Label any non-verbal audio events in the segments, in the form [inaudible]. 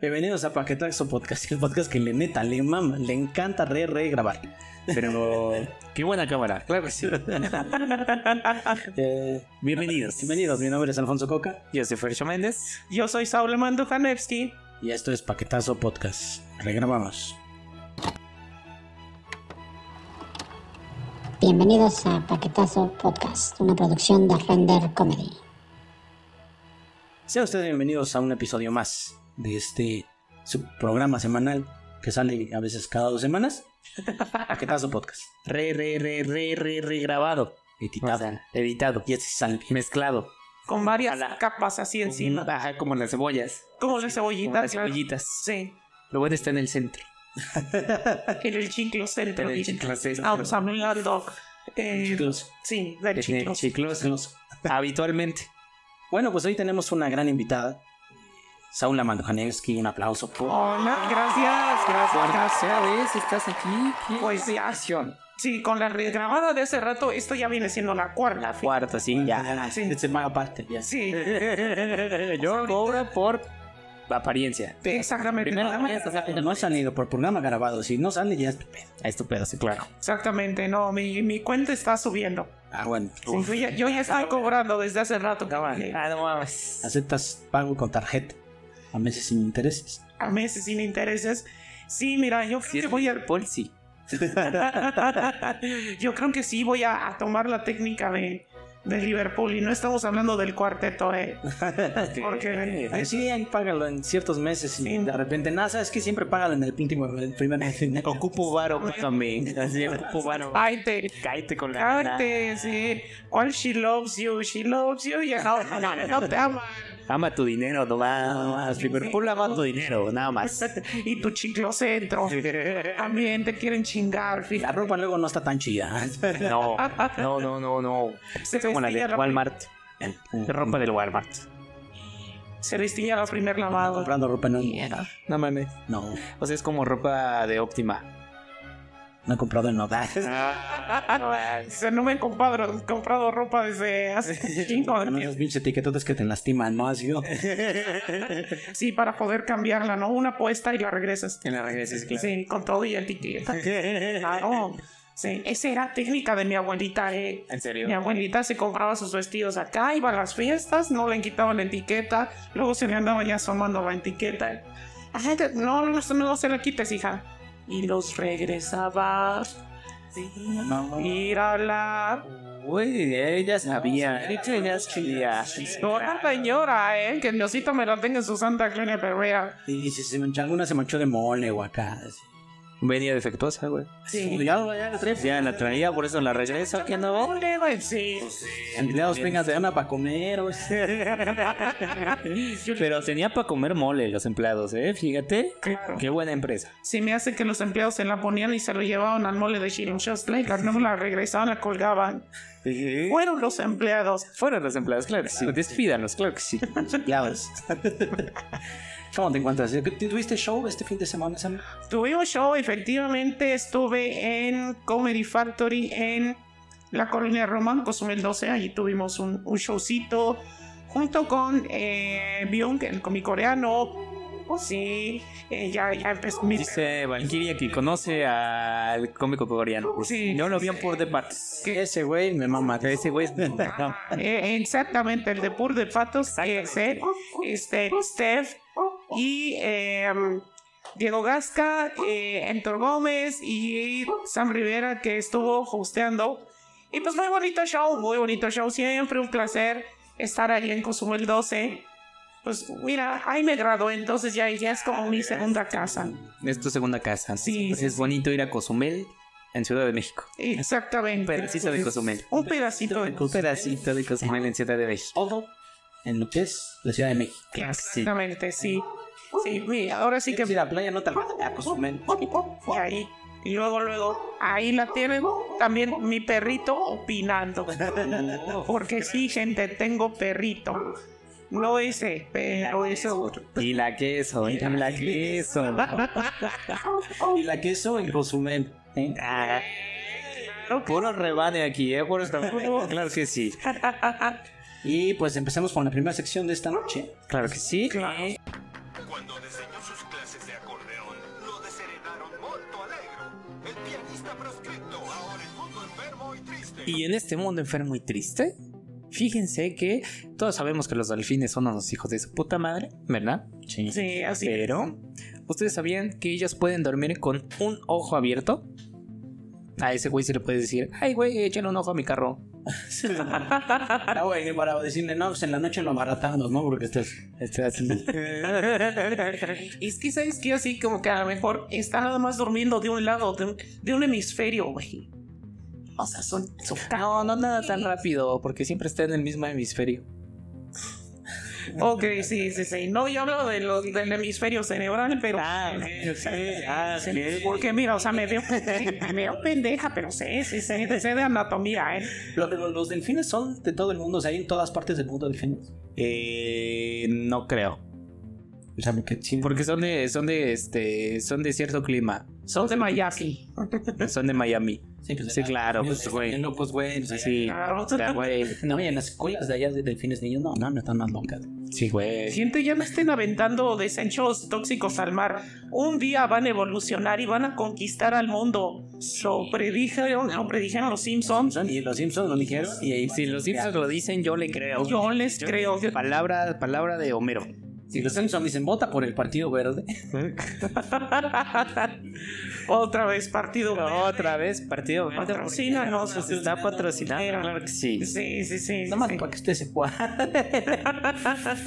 Bienvenidos a Paquetaxo Podcast, el podcast que le neta, le mama, le encanta re, re grabar. Pero qué buena cámara, claro que [laughs] sí. Eh, Bienvenidos. bienvenidos, mi nombre es Alfonso Coca Yo soy Fercho Méndez. Yo soy Saul Mandujanevsky. y esto es Paquetazo Podcast. Regrabamos. Bienvenidos a Paquetazo Podcast, una producción de Render Comedy. Sean ustedes bienvenidos a un episodio más de este su programa semanal que sale a veces cada dos semanas. Paquetazo Podcast. Re, re, re, re, re, re grabado. O Editado. sea, editado. Y este sale bien. Mezclado. Con varias Ala. capas así encima. Ajá, como las cebollas. Como las Como cebollitas. las claro. cebollitas. Sí. Lo bueno está en el centro. En el chiclo Ah, centro. En el dice. chiclo centro. Estamos hablando. eh, Chicos, sí, del En el chiclo. chiclo. [laughs] chicos. Habitualmente. Bueno, pues hoy tenemos una gran invitada. Saula Mandojanevsky, un aplauso por... Hola, gracias, gracias, gracias. vez estás aquí. ¿Qué? ah, Pues ya. acción. Sí, con la regrabada de hace rato, esto ya viene siendo la cuarta. fi- Cuarto, sí, [laughs] ya. Ya, Sí. este es más aparte, ya. Sí, Yo cobro por apariencia. exactamente. Primero, Nada más- ya estás Pero no ha salido por programa grabado. Si no sale, ya es tu pedo. Ah, estupendo, sí, claro. Exactamente, no, mi, mi cuenta está subiendo. Ah, bueno. Sí, yo, ya, yo ya estaba cobrando desde hace rato. Ah, no mames. Aceptas pago con tarjeta a meses sin intereses. a meses sin intereses. Sí, mira, yo creo Si que es voy voy a... al Polsi. [laughs] yo creo que sí voy a, a tomar la técnica de, de Liverpool y no estamos hablando del cuarteto, [laughs] eh. Porque... Ay, Eh, Sí, ahí págalo en ciertos meses y Sí. de repente, nada, sabes que siempre págalo en el último, el primer [laughs] mes. Ocupo varo, págame. Así, ocupo varo. Ay, te... Cállate con Ah, la nana. Cállate, sí. ¿Cuál she loves you? She loves you. y no, no, no, no te aman. Ama tu dinero, nomás. nomás. Liverpool ama tu dinero, nada más. Y tu chiclo centro. También te quieren chingar. La Fíjate. ropa luego no está tan chida. No, no, no, no, no. Se Como la destilla de la, Walmart. Ropa del Walmart. se destilla la primer lavada. Comprando ropa no. No mames. No, O sea, es como ropa de óptima. no he comprado en [laughs] Nodal. Se no me he comprado, comprado ropa desde hace cinco Con años. esas pinches etiquetotas que te lastiman, ¿no? Así, ¿no? Sí, para poder cambiarla, ¿no? Una apuesta y la regresas. [laughs] En la regreses, Sí, con todo y etiqueta. [laughs] Claro. Sí, esa era técnica de mi abuelita, eh. En Mi serio. abuelita se compraba sus vestidos acá, iba a las fiestas, no le quitaban la etiqueta, luego se le andaba ya asomando la etiqueta. eh. Ay, que- no, no, no, no se la quites, hija. Y los regresaba. Sí. No. Mírala. Uy, ella sabía. Ella sabía. Señora, señora, eh, que Diosito me la tenga en su santa gloria, pero vea. Y dices, se mancha- alguna se manchó de mole o acá. así. Venía defectuosa, güey. Sí. Ya, ya la traes. Ya la traía, por eso la regreso. ¿Qué no? [laughs] Ole, güey, sí. Empleados vengas de Ana para comer, [laughs] o sea. Pero tenía para comer mole los empleados, ¿eh? Fíjate. Claro. Qué buena empresa. Sí me hace que los empleados se la ponían y se lo llevaban al mole de Shilon Shostlake, no la regresaban, la colgaban. Bueno, Fueron los empleados. Fueron los empleados, claro que sí. Despídanos, claro que sí. Empleados. [laughs] ¿Cómo te encuentras? ¿Tú- ¿Tuviste show este fin de semana, Sam? Tuvimos show, efectivamente, estuve en Comedy Factory en la colonia Román, Cozumel 12, allí tuvimos un, un showcito junto con eh, Byung, el cómico coreano. Pues sí, eh, ya, ya empezó mi... [laughs] Dice Valkyria que conoce al cómico coreano. Sí. No lo vieron por de partes. ¿Qué? Ese güey me mama. Ese güey [laughs] es- no. Eh, exactamente, el de Pur de Patos, es él, este, Steph y em, Diego Gasca, eh, Héctor Gómez y Sam Rivera que estuvo hosteando. Y pues muy bonito show, muy bonito show, siempre un placer estar ahí en Cozumel 12. Pues mira, ahí me gradué, entonces ya, ya es como mi segunda casa. Es tu segunda casa. Sí. Pues Es bonito ir a Cozumel, en Ciudad de México. Un Exactamente. pedacito de Cozumel. Un pedacito de Un pedacito de Cozumel en Ciudad de México. Todo en lo que es la Ciudad de México. Exactamente, sí. Sí, mira, ahora sí que Si la playa no te alcanza, Cozumel. Y ahí. Y luego, luego, ahí la tienen también mi [laughs] perrito opinando. Porque sí, gente, tengo perrito. No ese, pero ese otro. Y la queso, y la queso. Y la queso en Cozumel. ¿eh? Ah. Puro rebane aquí, ¿eh? Puro rebane. Claro que sí. Y pues empecemos con la primera sección de esta noche. Claro que sí. Claro. Cuando diseñó sus clases de acordeón, lo desheredaron molto alegro. El pianista proscripto, ahora en mundo enfermo y triste. Y en este mundo enfermo y triste, fíjense que todos sabemos que los delfines son unos hijos de su puta madre, ¿verdad? Sí. Sí, así. Pero, ¿ustedes sabían que ellos pueden dormir con un ojo abierto? A ese güey se le puede decir, ay güey, échale un ojo a mi carro. Ah, güey, para decirle, no, pues en la noche lo abaratamos, ¿no? Porque estás. Estás- es que sabes que así como que a lo mejor está nada más durmiendo de un lado, de un, de un hemisferio, güey. O sea, son, son [laughs] No, no nada tan rápido, porque siempre está en el mismo hemisferio. Ok, sí, sí, sí. No, yo hablo de los- del hemisferio cerebral, pero. Sí, Porque mira, o sea, me veo, me veo pendeja, pero sé, sí, sé, sé de anatomía, ¿eh? Los, los- los delfines son de todo el mundo, o sea, hay en todas partes del mundo delfines. Eh, no creo. O sea, porque sí, Porque son de, son de, este, son de cierto clima. Son de Mayaki. [laughs] Son de Miami. sí, pues, Sí, era- claro, ellos pues, güey. también, No, pues, güey. o sea, Sí, Claro. o sea, güey. No, y en las escuelas de allá de delfines niños, no, no, no están más locas. Sí, güey. Gente, ya me estén aventando desechos tóxicos al mar. Un día van a evolucionar y van a conquistar al mundo. Lo predijeron, lo predijeron los Simpsons. Simpson, y los Simpsons lo dijeron y ahí Si los Simpsons lo dicen, yo le creo. Yo les creo. Palabra, palabra de Homero. Si los Simpsons dicen vota por el partido verde, [laughs] Otra vez partido. Otra vez, partido verde. Patrocínanos. Se está patrocinando. Claro que sí. Sí, sí, sí. nada más sí. para que usted se pueda. [laughs]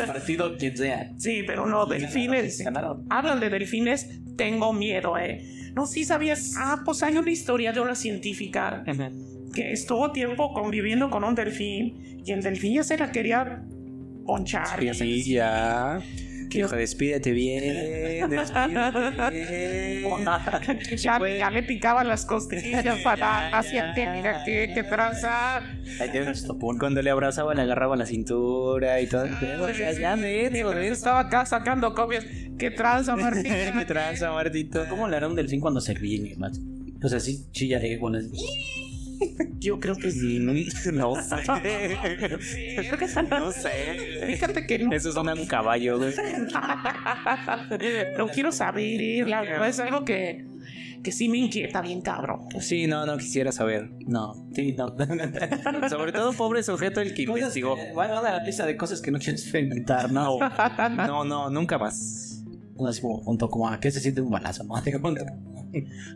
partido quien sea. Sí, pero no, delfines. Ganaron. Hablan de delfines, tengo miedo, eh. No, sí sabías. Ah, pues hay una historia de una científica que estuvo tiempo conviviendo con un delfín y el delfín ya se la quería ponchar. Sí, ya. Hijo, despídete bien. Despídete bien. ya, ya le picaba [laughs] las costillas para hacia mira que, que tranza. [laughs] Ahí te ves, topón. Cuando le abrazaba, le agarraba la cintura y todo. el pedo. O sea, Ya, neta, Yo güey. Estaba acá sacando copias. [laughs] ¿Qué tranza, Martín? ¿Qué tranza, Martito? ¿Cómo le hará un delfín cuando se ríe ni más? Pues O sea, sí chillaré con el... Yo creo que sí. No [laughs] sé. Creo que sí. No sé. Fíjate que no. Eso suena a un caballo, güey. No quiero saber, eh, la verdad es algo que, que sí me inquieta bien, cabrón. Sí, no, no quisiera saber. No, sí, no. Sobre todo, pobre sujeto el que investigó. Bueno, a la lista de cosas que no quieres experimentar, ¿no? No, no, nunca más. Así como junto como a qué se siente un balazo, ¿no? [laughs] Te pregunto.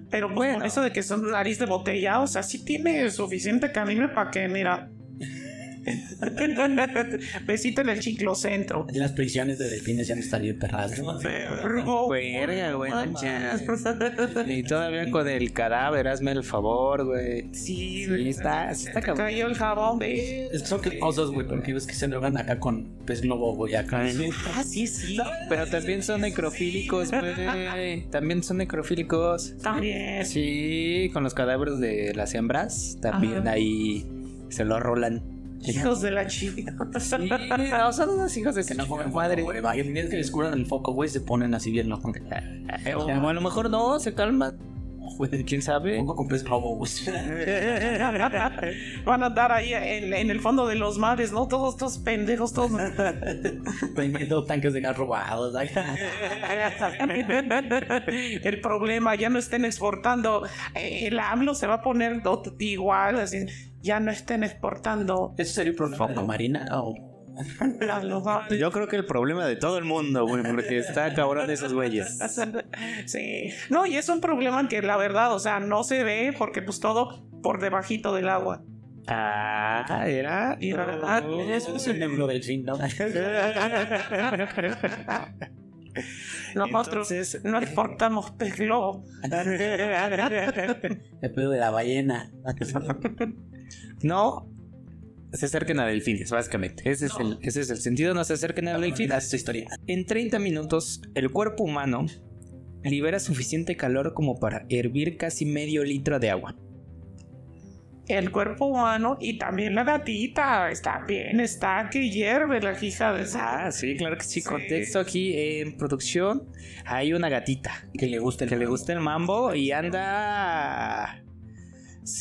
Pero bueno, eso de que son nariz de botella, o sea, sí tiene suficiente calibre para que, mira. [laughs] Besito en el chiclo centro. En las prisiones de delfines ya no estaría perras, ¿no? Vergo. Verga, güey. no manches. Oh, Manches. Y todavía con el cadáver, hazme el favor, güey. Sí, Sí, está, sí está te cabrón. cayó el jabón, ve. Es que son cosas, güey, porque ves que se logran acá con pez globo, güey, acá. Ah, sí, sí. Pero también son necrofílicos, güey. También son necrofílicos. También. Sí, con los cadáveres de las hembras. También Ajá. ahí se lo rolan. Hijos de la chica. No, son unos hijos de Que su no comen madre, madre. güey. va, Y el día que descubran el foco, güey, se ponen así bien locos. Eh, o a lo mejor no, se calman. Güey, ¿Quién sabe? Pongo con pez globo, [laughs] güey. [laughs] Van a andar ahí en, en el fondo de los mares, ¿no? Todos estos pendejos, todos. [laughs] Vendiendo tanques de gas robados. ay. [laughs] el problema, ya no estén exportando. Eh, El AMLO se va a poner ot- igual, así. Ya no estén exportando. Eso sería un problema de la marina. Oh. o- la- los- Yo creo que el problema de todo el mundo, güey, porque está cabrón esos güeyes. Sí. No, y es un problema que la verdad, o sea, no se ve porque pues todo por debajito del agua. Ah, era. Y la verdad, Ah, Eso es el em- [laughs] miembro del fin, ¿no? [laughs] nosotros no exportamos pues, pez globo. El pedo de la ballena. Ah, No se acerquen a delfines, básicamente. Ese, es, el, ese es el sentido, no se acerquen a delfines. esta historia. En 30 minutos, el cuerpo humano libera suficiente calor como para hervir casi medio litro de agua. [laughs] El cuerpo humano y también la gatita. Está bien, está que hierve la hija de esa. Ah, sí, claro que sí. Sí. Contexto aquí en producción hay una gatita Que le guste el que le gusta el mambo y anda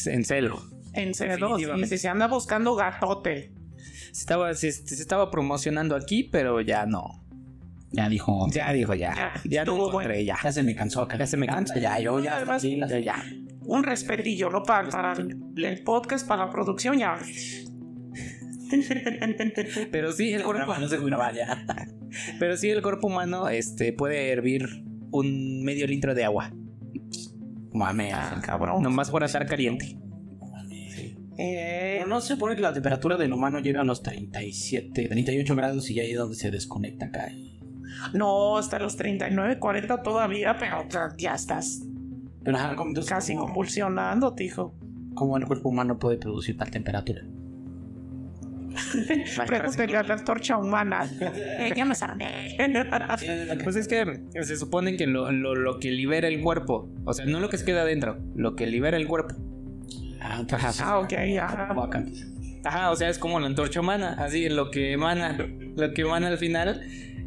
en celo. En C2. Y Definitivamente. si se anda buscando gatote. Se estaba, se- se estaba promocionando aquí, pero ya no. Ya dijo. Ya dijo, ya. Ya, Ya lo estuvo encontré, ya. Ya se me cansó acá. Ah, Ya se me cansó. Ya, yo ya. Además, sí, las- Ya. Un respetillo, ¿no? Para, para el el podcast, para la producción, ya. Pero sí, el cuerpo. Ahora no se graba ya. [laughs] Pero sí, el cuerpo humano este, puede hervir un medio litro de agua. Mame, Ah. Cabrón. Nomás por estar caliente. Eh, Pero no se supone que la temperatura del humano llega a los 37, 38 grados y ya ahí es donde se desconecta acá. no, hasta los 39, 40 todavía, pero ya- ya estás Pero ajá, Ah, como- entonces, casi ¿cómo- convulsionando, hijo. ¿Cómo el cuerpo humano puede producir tal temperatura? Pregúntale a la antorcha [laughs] humana. Eh, ya me sané. Pues es que se supone que lo, lo- lo que libera el cuerpo, o sea, no lo que se queda adentro, lo que libera el cuerpo. Ah, entonces- [laughs] Ah, ok, ya. Como acá. Ajá, o sea, es como la antorcha humana, así lo que emana, lo que emana al final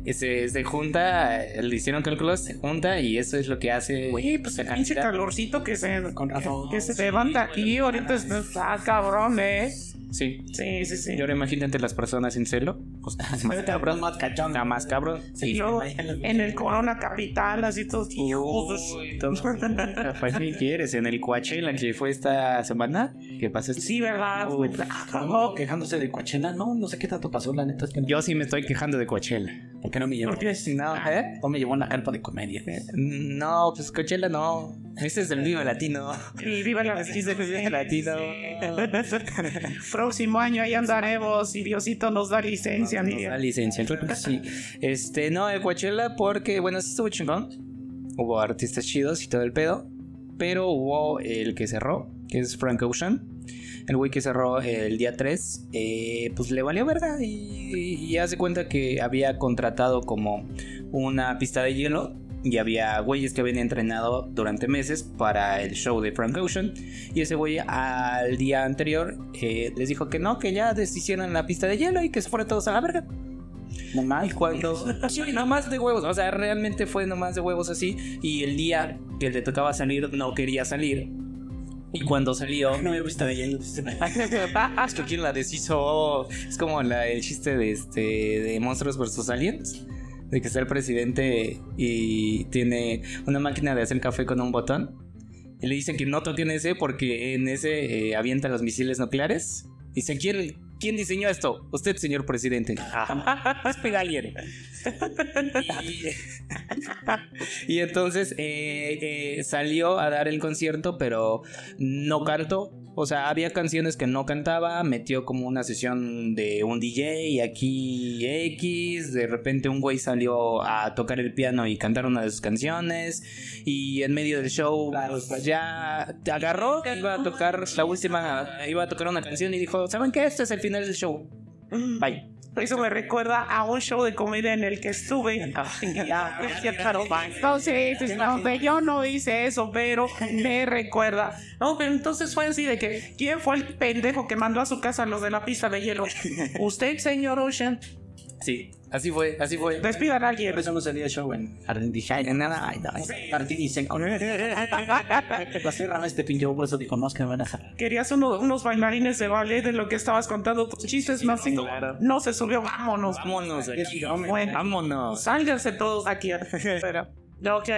eh, se, se junta, eh, le hicieron cálculos, se junta y eso es lo que hace. Güey, pues el esa pinche cantidad. calorcito que se, Con [laughs] razón. que se levanta aquí ahorita está, está cabrón, ¿eh? Sí, Sí. sí, sí. Y ahora imagínate las personas en celo, pues está más cabrón, más cachón. está más cabrón. Sí, Y luego ahí en los- en el Corona Capital, así todos. [laughs] Rafael, Pues, ¿Qué quieres? En el Coachella que fue esta semana, ¿qué pasa? Sí, ¿verdad? ah, güey? No, quejándose de Coachella. No, no sé qué tanto pasó, la neta. Es que no. Yo sí me estoy quejando de Coachella. ¿Por qué no me llevó? No, ¿eh? No me llevó una carpa de comedia. No, pues Coachella no. Ese es el vivo latino. Y viva la Ese es el vivo latino. Próximo año ahí andaremos y Diosito nos da licencia, Nos mira. da licencia. pues Sí. Este, no, el Coachella porque, bueno, sí estuvo chingón. Hubo artistas chidos y todo el pedo. Pero hubo el que cerró, que es Frank Ocean. El güey que cerró el día 3, eh, pues le valió verga y, y hace cuenta que había contratado como una pista de hielo y había güeyes que habían entrenado durante meses para el show de Frank Ocean y ese güey al día anterior eh, les dijo que no, que ya deshicieran la pista de hielo y que se fueran todos a la verga. Nomás. Y cuando... Sí, nomás de huevos, o sea, realmente fue nomás de huevos así y el día que le tocaba salir no quería salir. Y cuando salió... No me gusta de hielo. Es que quien la deshizo. Es como la- el chiste de este de Monstruos vs Aliens. De que está el presidente y tiene una máquina de hacer café con un botón. Y le dicen que no toquen ese porque en ese eh, avientan los misiles nucleares. Dicen, ¿quién, ¿quién diseñó esto? Usted, señor presidente. Es pega alguien. [laughs] Y, [laughs] y entonces eh, eh, salió a dar el concierto, pero no cantó. O sea, había canciones que no cantaba, metió como una sesión de un DJ y aquí X, de repente un güey salió a tocar el piano y cantar una de sus canciones y en medio del show Claro, pues, ya te agarró, iba a tocar la última, iba a tocar una canción y dijo, ¿saben qué? Este es el final del show. Bye. Mm. Eso me recuerda a un show de comedia en el que estuve. Ah, Ya, ya, claro, va. Entonces, es donde yo no hice eso, pero me recuerda. No, pero entonces fue así de que, ¿quién fue el pendejo que mandó a su casa a los de la pista de hielo? Usted, señor Ocean. Sí, así fue, así fue. Despidan a alguien. Por eso no salía show en Ardendijain. En nada, ay, no. Martín y Seco. [laughs] La cierran a este pinche por eso dijo, no, es que me van a cerrar. Querías uno- unos bailarines de ballet de lo que estabas contando tus chistes más sin- No se subió, vámonos. Vámonos de aquí. Bueno. Vámonos. Sálganse [laughs] todos aquí. Pero, ok.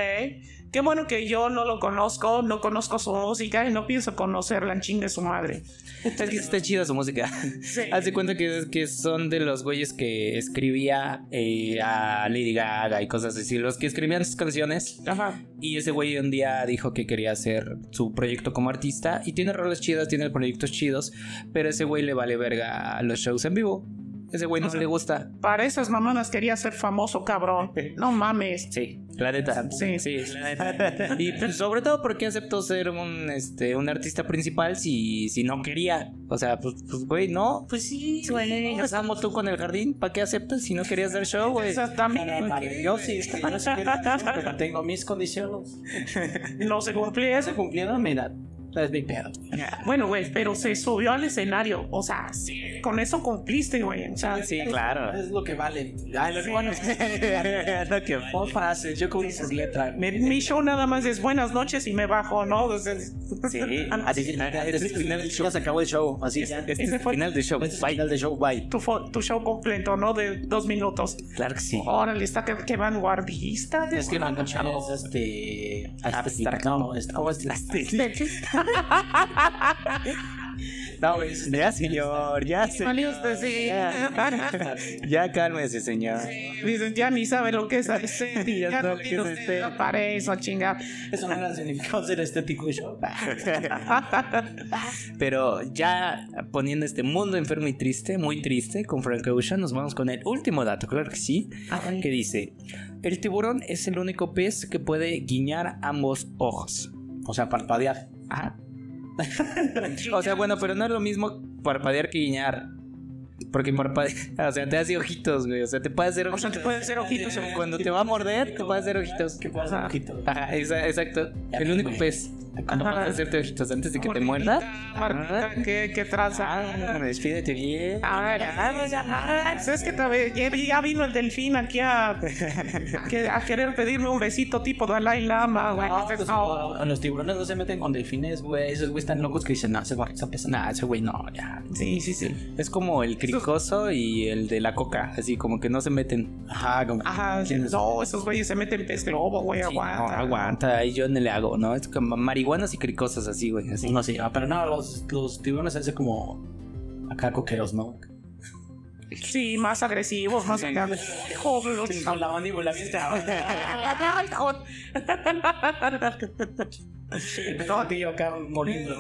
Qué bueno que yo no lo conozco, no conozco su música y no pienso conocerla en chingue su madre. Es que está chida su música. [laughs] Sí. Haz de cuenta que, que son de los güeyes que escribía eh, a Lady Gaga y cosas así. Los que escribían sus canciones. Ajá. Y ese güey un día dijo que quería hacer su proyecto como artista. Y tiene roles chidas, tiene proyectos chidos. Pero ese güey le vale verga a los shows en vivo. Ese güey no O sea, le gusta. Para esas mamadas quería ser [laughs] famoso, cabrón. No mames. Sí, la neta. Sí. sí, la neta. Y pues, sobre todo porque aceptó ser un, este, un artista principal si, si no quería. O sea, pues, pues, güey, no. Pues sí, güey. No estamos tú con el jardín. ¿Para qué aceptas si no querías dar show, güey? Esas también. Vale, Yo [laughs] sí, es este, que yo no sé qué, pero tengo mis condiciones. No se cumplieron. Se cumplieron, mira. No es mi pedo. Bueno, güey, pero se subió al escenario. O sea, sí, con eso cumpliste, güey. O sea, Sí, claro. Es lo que vale. Ay, lo que bueno. [laughs] lo que vale. fácil. Yo con su letra. mi, mi show nada más es buenas noches y me bajo, ¿no? Entonces, [laughs] Sí. Así que este es el final del show. Ya se acabó el show. Así ya. Este [laughs] es el final del show. Este es el final del show. Bye. tu, fo- tu show completo, ¿no? De dos minutos. Claro que sí. Órale, está que, que vanguardista. Es que no han es este. Ah, pues, Abstracto. No, es no, es No, es. Ya, señor, ya, se- Vale, usted pues sí. ya cálmese, señor. Dicen, ya ni sabe lo que es este. Ya Ya sabe no lo tiene que es usted este. para eso, chinga. Eso no era significado ser estético show. Pero ya poniendo este mundo enfermo y triste, muy triste, con Frank Ocean, nos vamos con el último dato, claro que sí, que dice, el tiburón es el único pez que puede guiñar ambos ojos. O sea, parpadear. Ajá. [laughs] o sea, bueno, pero no es lo mismo parpadear que guiñar. Porque parpadear, [laughs] o sea, te hace ojitos, güey, o sea, te puede hacer O sea, te pueden ser ojitos. Cuando te va a morder, te puede hacer ojitos. Que puedas hacer ojito. Ajá, exa- exacto. El único pez. Cuando Ajá. vas a hacerte ojitos antes de que te muerda. Martita, ¿qué, qué traza? Ah, despídete bien. A ver, a ver, a ver, ¿sabes qué? Tabe? Ya, ya vino el delfín aquí a, a que- a querer pedirme un besito tipo Dalai Lama, güey. Ah, pues, No. no, los tiburones no se meten con delfines, güey. Esos güey están locos que dicen, no, ese barrio está pesando. Nah, ese güey no, ya. Sí, sí, sí. Es como el cricoso y el de la coca, así como que no se meten. Ajá, como. Ajá, ¿Quiénes? no, esos güeyes se meten pez globo, güey, No, aguanta. aguanta, ahí yo no le hago, ¿no? Es como marihuanas y cricosas así, güey, así. No sé, ah, pero no, los, los tiburones se hacen como. Acá coqueros, ¿no? Sí, más agresivos, más agresivos. Joder, Con la mandíbula bien [laughs] Ay, joder. No, tío, acá moliendo.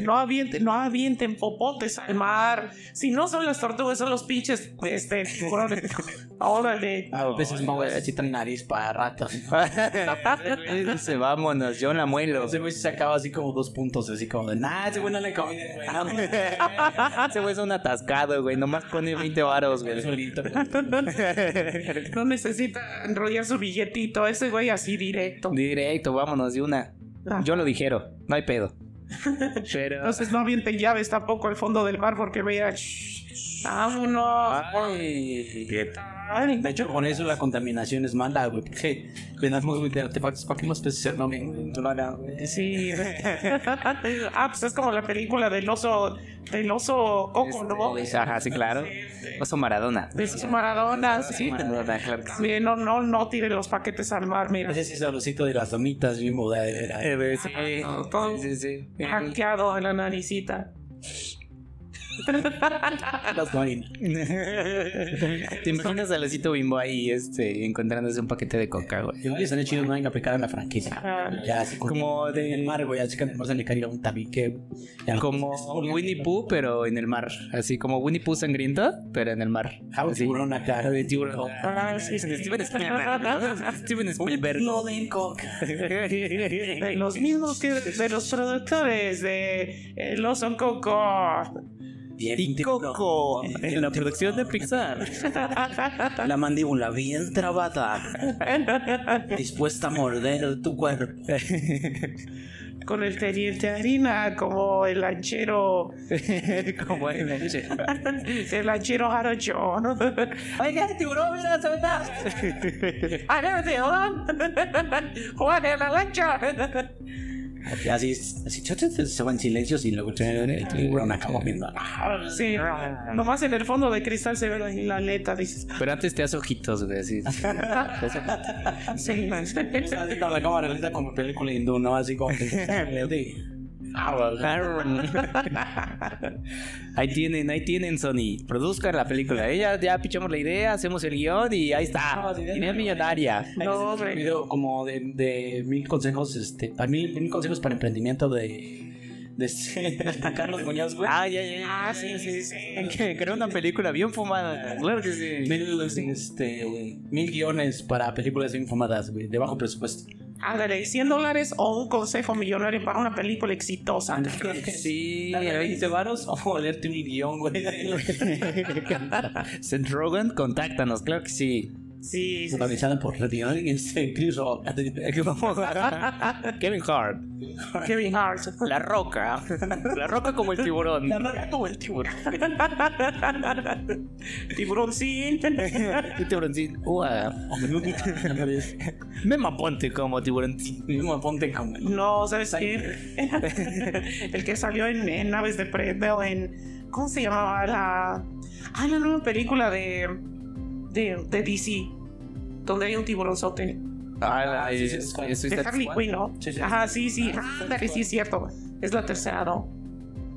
No avienten, no avienten popotes al mar. Si no son las tortugas, son los pinches. Este, tiburones. Órale. A veces me voy a echar nariz para ratos. [laughs] Dice, vámonos, yo la muelo. Ese güey se sacaba así como dos puntos, así como de, nah, ese güey no le comí, güey. No, no, [laughs] Ese güey es un atascado, güey, nomás pone 20 varos, güey. [laughs] solito. No necesita enrollar su billetito. Ese güey así directo. Directo, vámonos de una. Yo lo dijeron, no hay pedo. [laughs] Pero. Entonces no avienten llaves tampoco al fondo del mar porque vea. Vámonos. [laughs] Ay, Ay, De hecho, con eso la contaminación es mala, güey. Porque le damos güey, de artefactos para que los peces se armen, güey. No la güey. Sí. [laughs] ah, pues es como la película del oso, del oso coco, ¿no? este, Ajá, sí, claro. Oso Maradona. De esos Maradona, Ah, sí. Maradona, claro que sí. Miren, no, no, no tire los paquetes al mar, mira. Ese sí es el olorcito de las domitas, bien moderna. Eh, güey, sí. no, todo- Ah, Sí, sí, sí. Hackeado en la naricita. Ah, Las marinas. [laughs] ¿Te imaginas al osito bimbo ahí este, encontrándose un paquete de coca, güey? Y varios han hecho no venga a pecar a la franquicia. Ya, así como de el mar, güey. Así que en el mar se le caiga un tabique. güey. Ya, Como Winnie Pooh, pero en el mar. Así como Winnie Pooh sangriento, pero en el mar. Ah, un Así. tiburón acá. Ah, de tiburón. Ah, sí, sí. Steven [laughs] Spielberg. Steven Spielberg. No den coca. De los mismos que de los productores de El Oso Coco. Bien, Y tiburón. Coco. En la producción de Pixar. La mandíbula bien [laughs] trabada. dispuesta a morder tu cuerpo. Con el teniente harina, como el [laughs] lanchero, como en el- el lanchero jarocho. Oiga, el tiburón, mira, se ¡Agárrate, Juan! [laughs] ¡Juan en [laughs] la lancha! Así, así chut, chut, se va en silencio y luego el tiburón acaba viendo. Ah, Sí, nomás en el fondo de cristal se ve la, la aleta, dices. Pero antes te hace ojitos, güey. así. Ah, Sí, Así con la cámara lenta como película hindú, ¿no? Así como [laughs] que... Ah, Ahí tienen, ahí tienen, Sony. Produzcan la película. Eh, Ya, ya pichamos la idea, hacemos el guión y ahí está. Idea millonaria. [laughs] No, Un hombre. video como de, de mil consejos, este, para mil, mil consejos para emprendimiento de, de, [laughs] este- de Carlos Muñoz, güey. Ah, ya, ya, ya. Ah, sí, sí, sí. Creo una película bien fumada. Claro que sí. Mil, este, güey, mil guiones para películas bien fumadas, güey, de bajo presupuesto. Ándale, 100 eh, dólares o un consejo millonario para una película [laughs] exitosa. Sí. Dale 20 varos [laughs] o leerte un guión, güey. Seth Rogen, contáctanos, claro que sí. Sí, [laughs] sí. Protagonizada por este, Chris Rock, [laughs] Kevin Hart. Kevin Hart. [laughs] La roca. La roca como el tiburón. La roca como el tiburón. [laughs] tiburón sí. El tiburoncín. Ua. Mema Ponte como tiburoncín. mismo ponte como No, ¿sabes quién? el que salió en, en Aves de Prenda o en. ¿Cómo se llamaba? La. Ah, la nueva película de. de, de DC. Donde hay un tiburonzote. Ah, la- sí, eh, sí, es claro. eh, Suicide De Harley Squad. Quinn, ¿no? Sí, sí. Ajá, sí, sí. Ándale, sí, es cierto. Es la tercera, ¿no?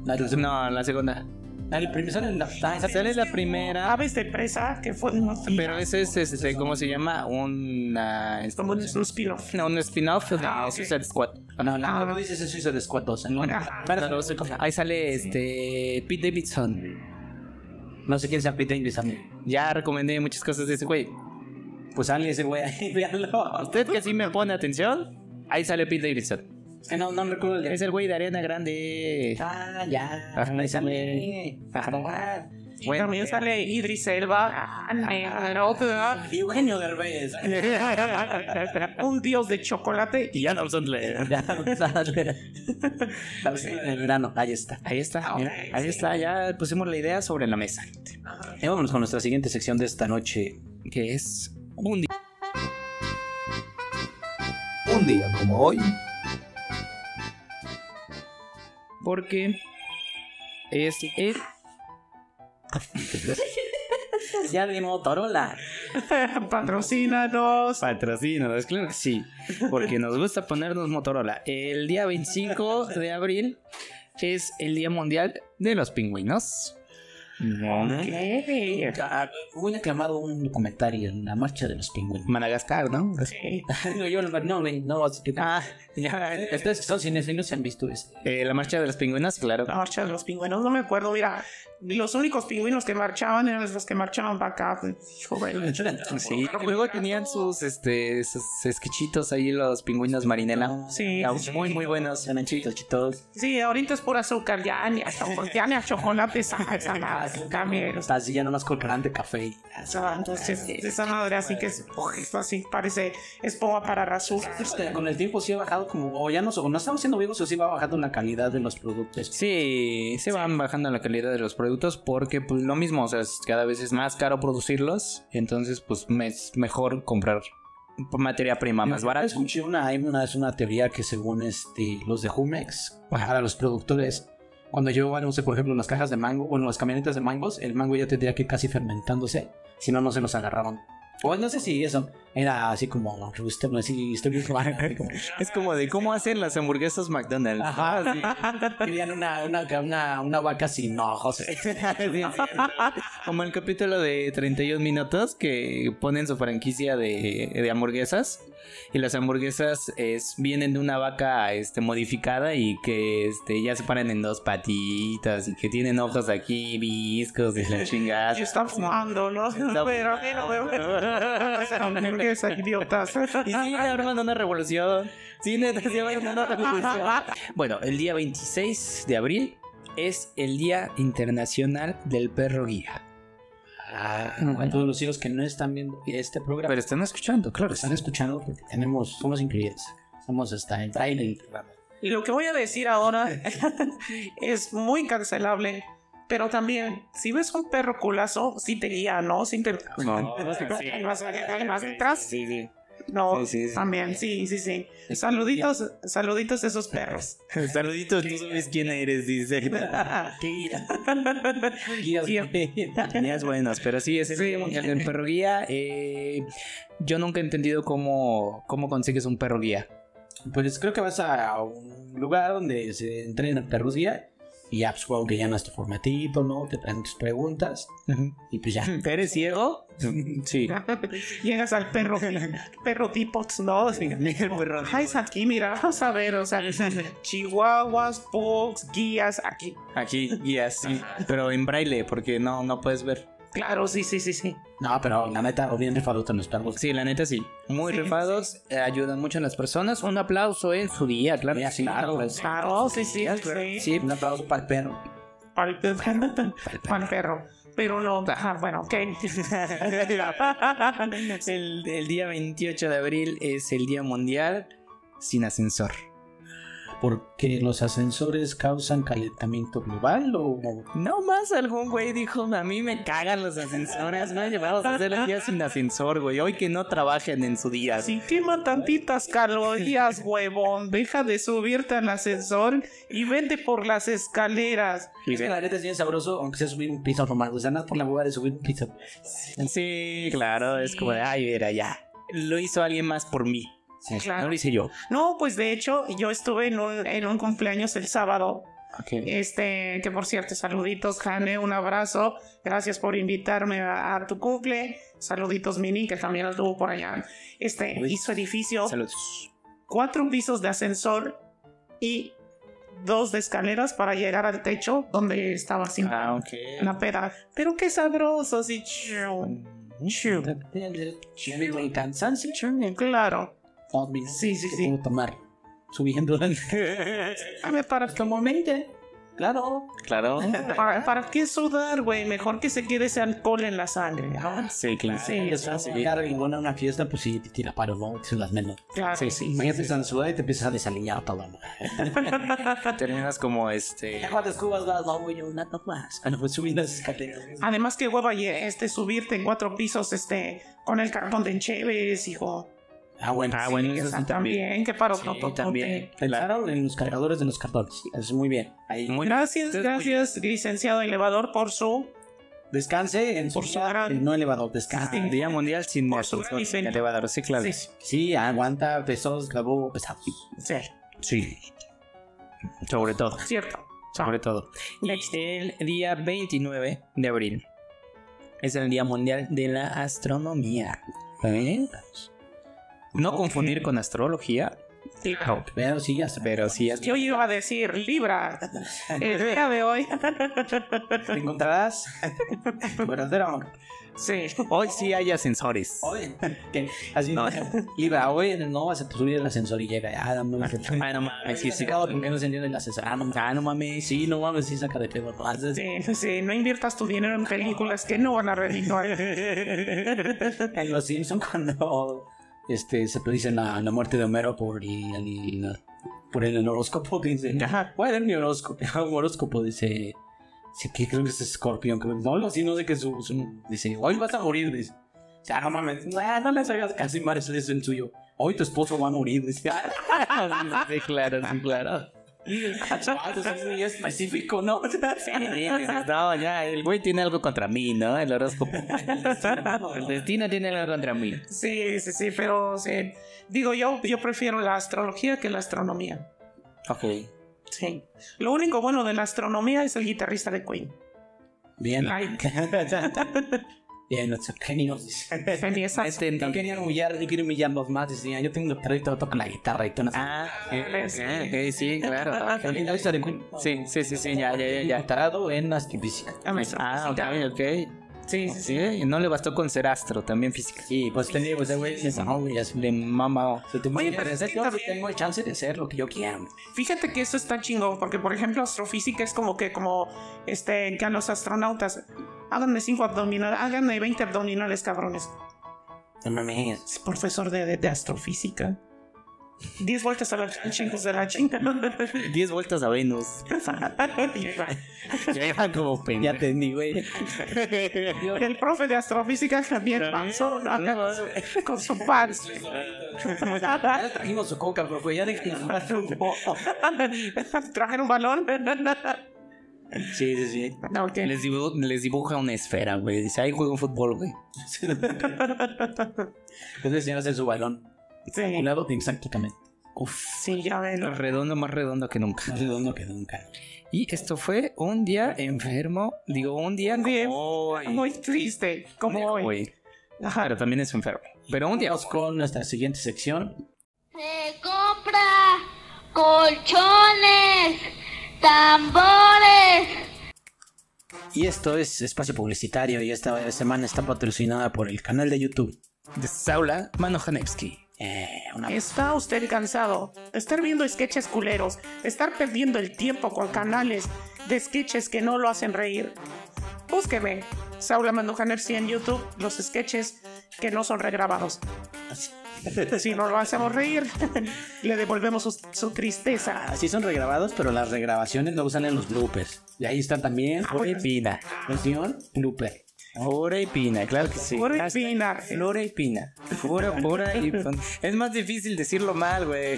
La tercera- No, la segunda. Ah, el primero sale en la- ah, esa- Sale la primera. Aves de Presa, que fue. un- Pero ese es, este, ¿cómo se llama? Una. Como un, un spin-off. No, un spin-off de Ah, ok. Suicide Squad. No, no, Ah, no dices eso, hizo de Squad 2. No, no, No, no sé cómo- Ahí sale este Pete Davidson. no sé quién sea Pete Davidson. Ya recomendé muchas cosas de ese güey. Pues sale ese güey ahí, [laughs] véanlo. Usted que sí me pone atención, ahí sale Pete Davidson. Es que no, no recuerdo el de- Es el güey de Arena Grande. Ah, ya. Ajá, ahí sale. Ah, Bueno. También sale Idris Elba. Ah, negro, ¿verdad? Eugenio Derbez. un dios de chocolate. [laughs] Y Adam Sandler. [laughs] Ya, sale. [laughs] La versión del verano, ahí está. Ahí está, mira, ok, ahí sí. está, ya pusimos la idea sobre la mesa. Y Eh, vámonos con nuestra siguiente sección de esta noche. Que es un día. Un día como hoy, Porque es el Ya de Motorola. Patrocínanos. Patrocínanos, claro que sí. Porque nos gusta ponernos Motorola. El día 25 de abril es el Día Mundial de los Pingüinos. ¿Qué? Ah, Hubo aclamado un comentario en la marcha de los pingüinos. Madagascar, ¿no? Sí. No, [laughs] yo no, no, güey, no, así que- Ah, Ustedes que son cines y no se han visto ese. eh, la marcha de los pingüinos, claro. La marcha de los pingüinos, no me acuerdo. Mira, los únicos pingüinos que marchaban eran los que marchaban para acá. pues, Joder. Sí, luego tenían sus, este, sus esquichitos ahí los pingüinos marinela. Sí, Muy, muy buenos. Son chitos, chitos. sí, ahorita es pura azúcar, ya ni a, ya ni a chocolate esa, esa Ah, madre, cambie, o sea, Está así, ya nomás colgarán de café. esa- entonces, esa madre así que es, oh, es así, parece espuma para rasura. Es que Este, con el tiempo sí ha bajado como, o ya no, o no estamos siendo vivos o sí va bajando la calidad de los productos. Sí, se van bajando la calidad de los productos porque pues lo mismo, o sea, es- cada vez es más caro producirlos, entonces pues me- es mejor comprar materia prima más barata. Escuché una, hay una, es una teoría que según este, los de Jumex, para los productores, cuando llevaban, no sé, por ejemplo, las cajas de mango, bueno, las camionetas de mangos, el mango ya tendría que ir casi fermentándose, si no, no se los agarraban. O no sé si eso era así como, usted no así, estoy bien [laughs] raro, así como, Es como de cómo hacen las hamburguesas McDonald's. Ajá, sí. Querían una, una, una, una vaca sin ojos. [laughs] Como el capítulo de 31 minutos que ponen su franquicia de, de hamburguesas y las hamburguesas es, vienen de una vaca este, modificada y que este, ya se paran en dos patitas y que tienen ojos aquí, viscos y la chingada. Yo estaba fumando, ¿no? Pero a mí no me hamburguesas, idiotas. [laughs] Y siguen armando una revolución. Sí, neta, sí, armando una revolución. Bueno, el día 26 de abril es el Día Internacional del Perro Guía. Ah, a todos los hijos que no están viendo este programa. Pero están escuchando, claro. Lo están escuchando porque tenemos, somos increíbles. Somos hasta en trailer y programa. Y lo que voy a decir ahora [laughs] es muy cancelable. Pero también, si ves un perro culazo, sí te guía, ¿no? Sí te... No. [laughs] Ahí vas, ahí vas atrás. Sí, sí. No, Sí, sí, sí. también, sí, sí, sí. Saluditos, saluditos a esos perros. [laughs] Saluditos, tú sabes quién eres, dice. Guías, Tenías buenas, pero sí, es el, Día Mundial del perro guía. eh, yo nunca he entendido cómo, cómo consigues un perro guía. Pues creo que vas a un lugar donde se entrena perros guía y ya, pues juego que llenas tu formatito, ¿no? Te traen tus preguntas y pues ya. ¿Eres ciego? Sí. [laughs] Llegas al perro, [laughs] perro Tipots, ¿no? Así, Ay, es aquí, mira, vamos a ver, [laughs] o sea, chihuahuas, pugs, guías, aquí. Aquí guías, sí, pero en braille, porque no, no puedes ver. Claro, sí, sí, sí, sí. No, pero la neta, o bien rifados están los perros. Sí, la neta sí. Muy rifados, eh, ayudan mucho a las personas. Un aplauso en su día, claro. Ya, que sí. claro, pues. Claro, sí, sí, sí. Sí, Un aplauso para el perro. [laughs] Para el, para el perro. Pero no, ajá, [laughs] bueno, ok. [laughs] El, el día 28 de abril es el Día Mundial sin ascensor. Porque los ascensores causan calentamiento global o No más algún güey dijo, a mí me cagan los ascensores, güey, vamos a hacer el día sin ascensor, güey, hoy que no trabajen en su día. Si quema tantitas calorías, huevón, deja de subirte al ascensor y vente por las escaleras. Y Es que ve- la neta es bien sabroso, aunque sea subir un piso normal. O sea, nada por la hueva de subir un piso. Sí, claro, es como de, ay, mira, ya. Lo hizo alguien más por mí. Sí. Claro. No lo hice yo. No, pues de hecho, yo estuve en un, en un cumpleaños el sábado. Ok. Este, que por cierto, saluditos, Jane, un abrazo. Gracias por invitarme a, a tu cumple. Saluditos, Mini, que también estuvo por allá. Este, Uy. hizo edificio, Saludos. cuatro pisos de ascensor y dos de escaleras para llegar al techo donde estaba sin Ah, ok. la pera. Pero qué sabroso, sí. chiu, chiu. El cansancio Claro. Obvio. Sí, sí, que sí. Puedo tomar subiendo A ver, para hasta el momento. Claro. Claro. ¿Para, para qué sudar, güey? Mejor que se quede ese alcohol en la sangre. Ah, Sí, claro. Sí, Y eso, si llega ninguna a una fiesta, pues sí, te tira para ¿no? Se las menos. Claro. Sí, sí. Imagínate están sudada y te empiezas a desaliñar todo. ¿no? Terminas como este. Ya cuántas cubas vas? No, güey, una no más. Ah, no, pues subir las escaleras. Además, qué hueva ye- este, subirte en cuatro pisos este, con el cartón de encheves, hijo. Ah, bueno. Ah, bueno, O eso sea, sí también. también, qué paro. Sí, también. Pensaron en los cargadores de los cartones. Es muy bien. Ahí. Muy Gracias, Ustedes- gracias, licenciado elevador, por su, Descanse en su Por su gran- en no elevador. Descanse. Uy, ah, Día Mundial sin Por su ascensor, gran sin invento. elevador. Sí, claro. Sí. Sí, aguanta pesos, grabó pesado. sí, Sí. Sobre todo. cierto. Este, Sobre todo. Y el día 29 de abril es el Día Mundial de la Astronomía. ¿Eh? No confundir con astrología, Sí. Pero sí, hasta pero sí es Yo iba a decir [laughs] Libra el día de hoy. te encontrarás tu verdadero amor. Sí. Hoy sí hay ascensores. Oye, que- así No. [laughs] Libra, hoy no vas a subir el ascensor y llega. Ah, no mames. Ah, no mames, sí, sí. Porque no se entiende el ascensor. Ah, no mames. Ah, no mames. Sí, no mames. Sí, saca de pedo. no haces- Sí, sí, no inviertas tu dinero en películas que no van a [laughs] [laughs] redituar. En los Simpsons cuando este, se predicen la, la muerte de Homero por el, el- por el horóscopo, que dice, Ajá. ¿cuál es mi horóscopo? [laughs] Un horóscopo dice, sí, que creo que es escorpión, creo que no, algo así, no sé qué es su, su- dice, hoy vas a morir, dice. Dice, Ah, no mames, ah, no les hagas casi mal, ese es el suyo. Hoy tu esposo va a morir, dice. [laughs] Ah, Sí, claro, sí, claro. Ah, chaval, eso es muy específico, ¿no? [laughs] No, ya, el güey tiene algo contra mí, ¿no? El horóscopo. El destino tiene algo contra mí. Sí, sí, sí, pero sí. digo yo, yo prefiero la astrología que la astronomía. Ok. Sí. Lo único bueno de la astronomía es el guitarrista de Queen. Bien, [laughs] Like. bien, nuestros genios, dice. [laughs] Feliz Este, No entonces- querían humillar, yo quiero humillarlos más. Decían, yo tengo un doctorito, toco la guitarra y tú no sabes. Ah, Sí. ok, ok, sí, claro. ok. ¿La vista de Queen? Sí, sí, sí, sí, ya, ya, ya, ya. Tarado en astrofísica. Ah, ok, ok. Sí, sí, sí. Sí, no le bastó con ser astro, también física. Sí, pues tenía, pues, güey, dices, no, güey, así. Le mama. Se te Oye, Oye, pero pero es que yo también- tengo el chance de hacer lo que yo quiera. Fíjate que eso está chingón, porque por ejemplo astrofísica es como que como este que a los astronautas háganme cinco abdominales, háganme 20 abdominales, cabrones. No mames. Es profesor de, de- de astrofísica. 10 vueltas a la chingos de la [laughs] chinga. 10 vueltas a [laughs] Venus. Ya iba como pendejo. te digo, güey. El profe de astrofísica también pasó ¿no? con su pants. Ya le trajimos su coca, pero güey, ya de que Trajeron un balón. Sí, sí, sí. No, ok. Les, dibu- les dibuja una esfera, güey. Dice, ahí juego fútbol, güey. Entonces, Pues señor, hacer su balón. Sí, Un lado, exactamente. sí, ya ven. Redondo, más redondo que nunca. Más redondo que nunca. Y esto fue un día enfermo. Digo, un día Un día como hoy. Muy triste, como Como hoy. hoy. Pero también es enfermo. Pero un día. Vamos con nuestra siguiente sección. Se compra colchones, tambores. Y esto es Espacio Publicitario y esta semana está patrocinada por el canal de YouTube. De Saula Manojanevsky. Eh, una ¿Está usted cansado de estar viendo sketches culeros? de ¿Estar perdiendo el tiempo con canales de sketches que no lo hacen reír? búsqueme. Saula Mandujano FC en YouTube, los sketches que no son regrabados. Si no lo hacemos reír, [laughs] le devolvemos su, su tristeza. Así son regrabados, pero las regrabaciones luego salen los bloopers. Y ahí están también. Flora y Pina. Versión blooper. Flora y Pina, claro que sí. Flora y Hashtag Pina. Flora y Pina. Flora, Flora y Pina. Es más difícil decirlo mal, [laughs] güey.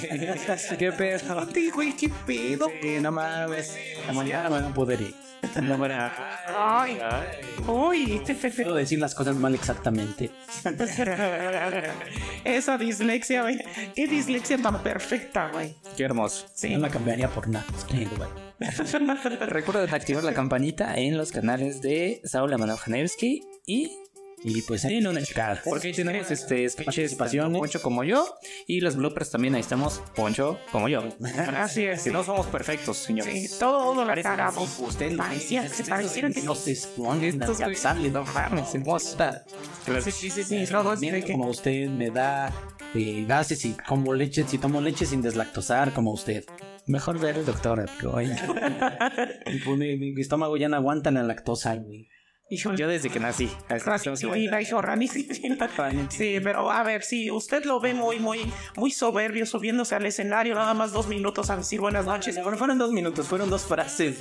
Qué pedo. Ay, güey, qué pedo. Sí, no mames. La mañana me van a poder ir. No mames. Ay, uy, [laughs] este pepe. Puedo decir las cosas mal exactamente. Esa dislexia, güey. Qué dislexia tan perfecta, güey. Qué hermoso. No la cambiaría por nada. Sí, güey. Recuerden activar la campanita en los canales de Saula Manojanevsky y Y pues ahí en una chica. Porque ahí tenemos este sketches Participaciones. tanto Poncho como yo y los bloopers también ahí estamos Poncho como yo. [laughs] Así es. Si no somos perfectos, Sí, señores. todo la Parece que cagamos. sí, usted lo Parecía que pareciera que no se esconde. Estos güey- salen. No mames, hermosa. Claro. Sí, sí, sí, eh, sí. No, no, sí, Miren que- como usted me da eh, gases y como leche, si tomo leche sin deslactosar como usted. Mejor ver el doctor. amigo. Oye, Y pues, mi, mi estómago ya no aguanta la lactosa, güey. Híjole. Yo desde que nací. Ah, así estamos igual. Rasquilina, hijo, ranicilina. Sí, pero a ver, si usted lo ve muy, muy, muy soberbio subiéndose al escenario, nada más dos minutos a decir buenas noches. Bueno, fueron dos minutos, fueron dos [laughs] frases.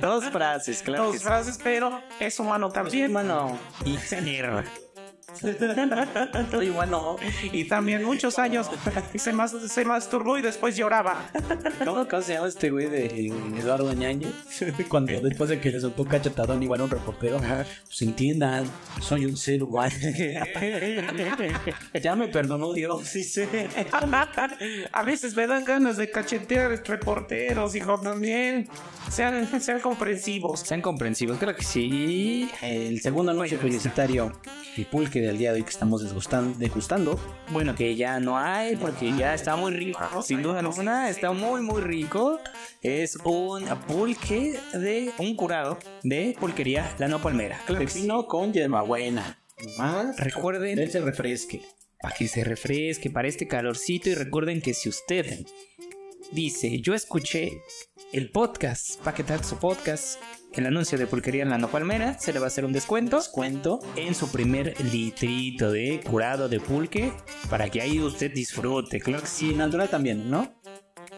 Dos frases, claro. Dos que sí. Pues, frases, pero es humano también. Mano, y mierda. Soy bueno. Y también muchos años [laughs] se, mas- se masturbó y después lloraba. [laughs] ¿Cómo, cómo se llama este güey de Eduardo Ñañez? Cuando después de que le soltó un cachetadón igual a un reportero, pues entiendan, soy un ser humano. [laughs] ya me perdonó Dios, sí sé. A veces me dan ganas de cachetear reporteros, hijo, también. Sean, sean comprensivos. Sean comprensivos, creo que sí. El segundo anuncio publicitario y pulque del día de hoy que estamos desgustan- degustando Bueno, que ya no hay, porque ya está muy rico. Sin duda alguna, está muy, muy rico. Es un pulque de un curado de pulquería La No Palmera. Claro que sí. pepino con yerbabuena. Más Recuerden se refresque. para que se refresque, para este calorcito. Y recuerden que si usted dice, yo escuché el podcast, Paquetaxo Podcast, el anuncio de pulquería La No Palmera, se le va a hacer un descuento. Cuento. en su primer litrito de curado de pulque para que ahí usted disfrute. Claro que sí. Y natural también, ¿no?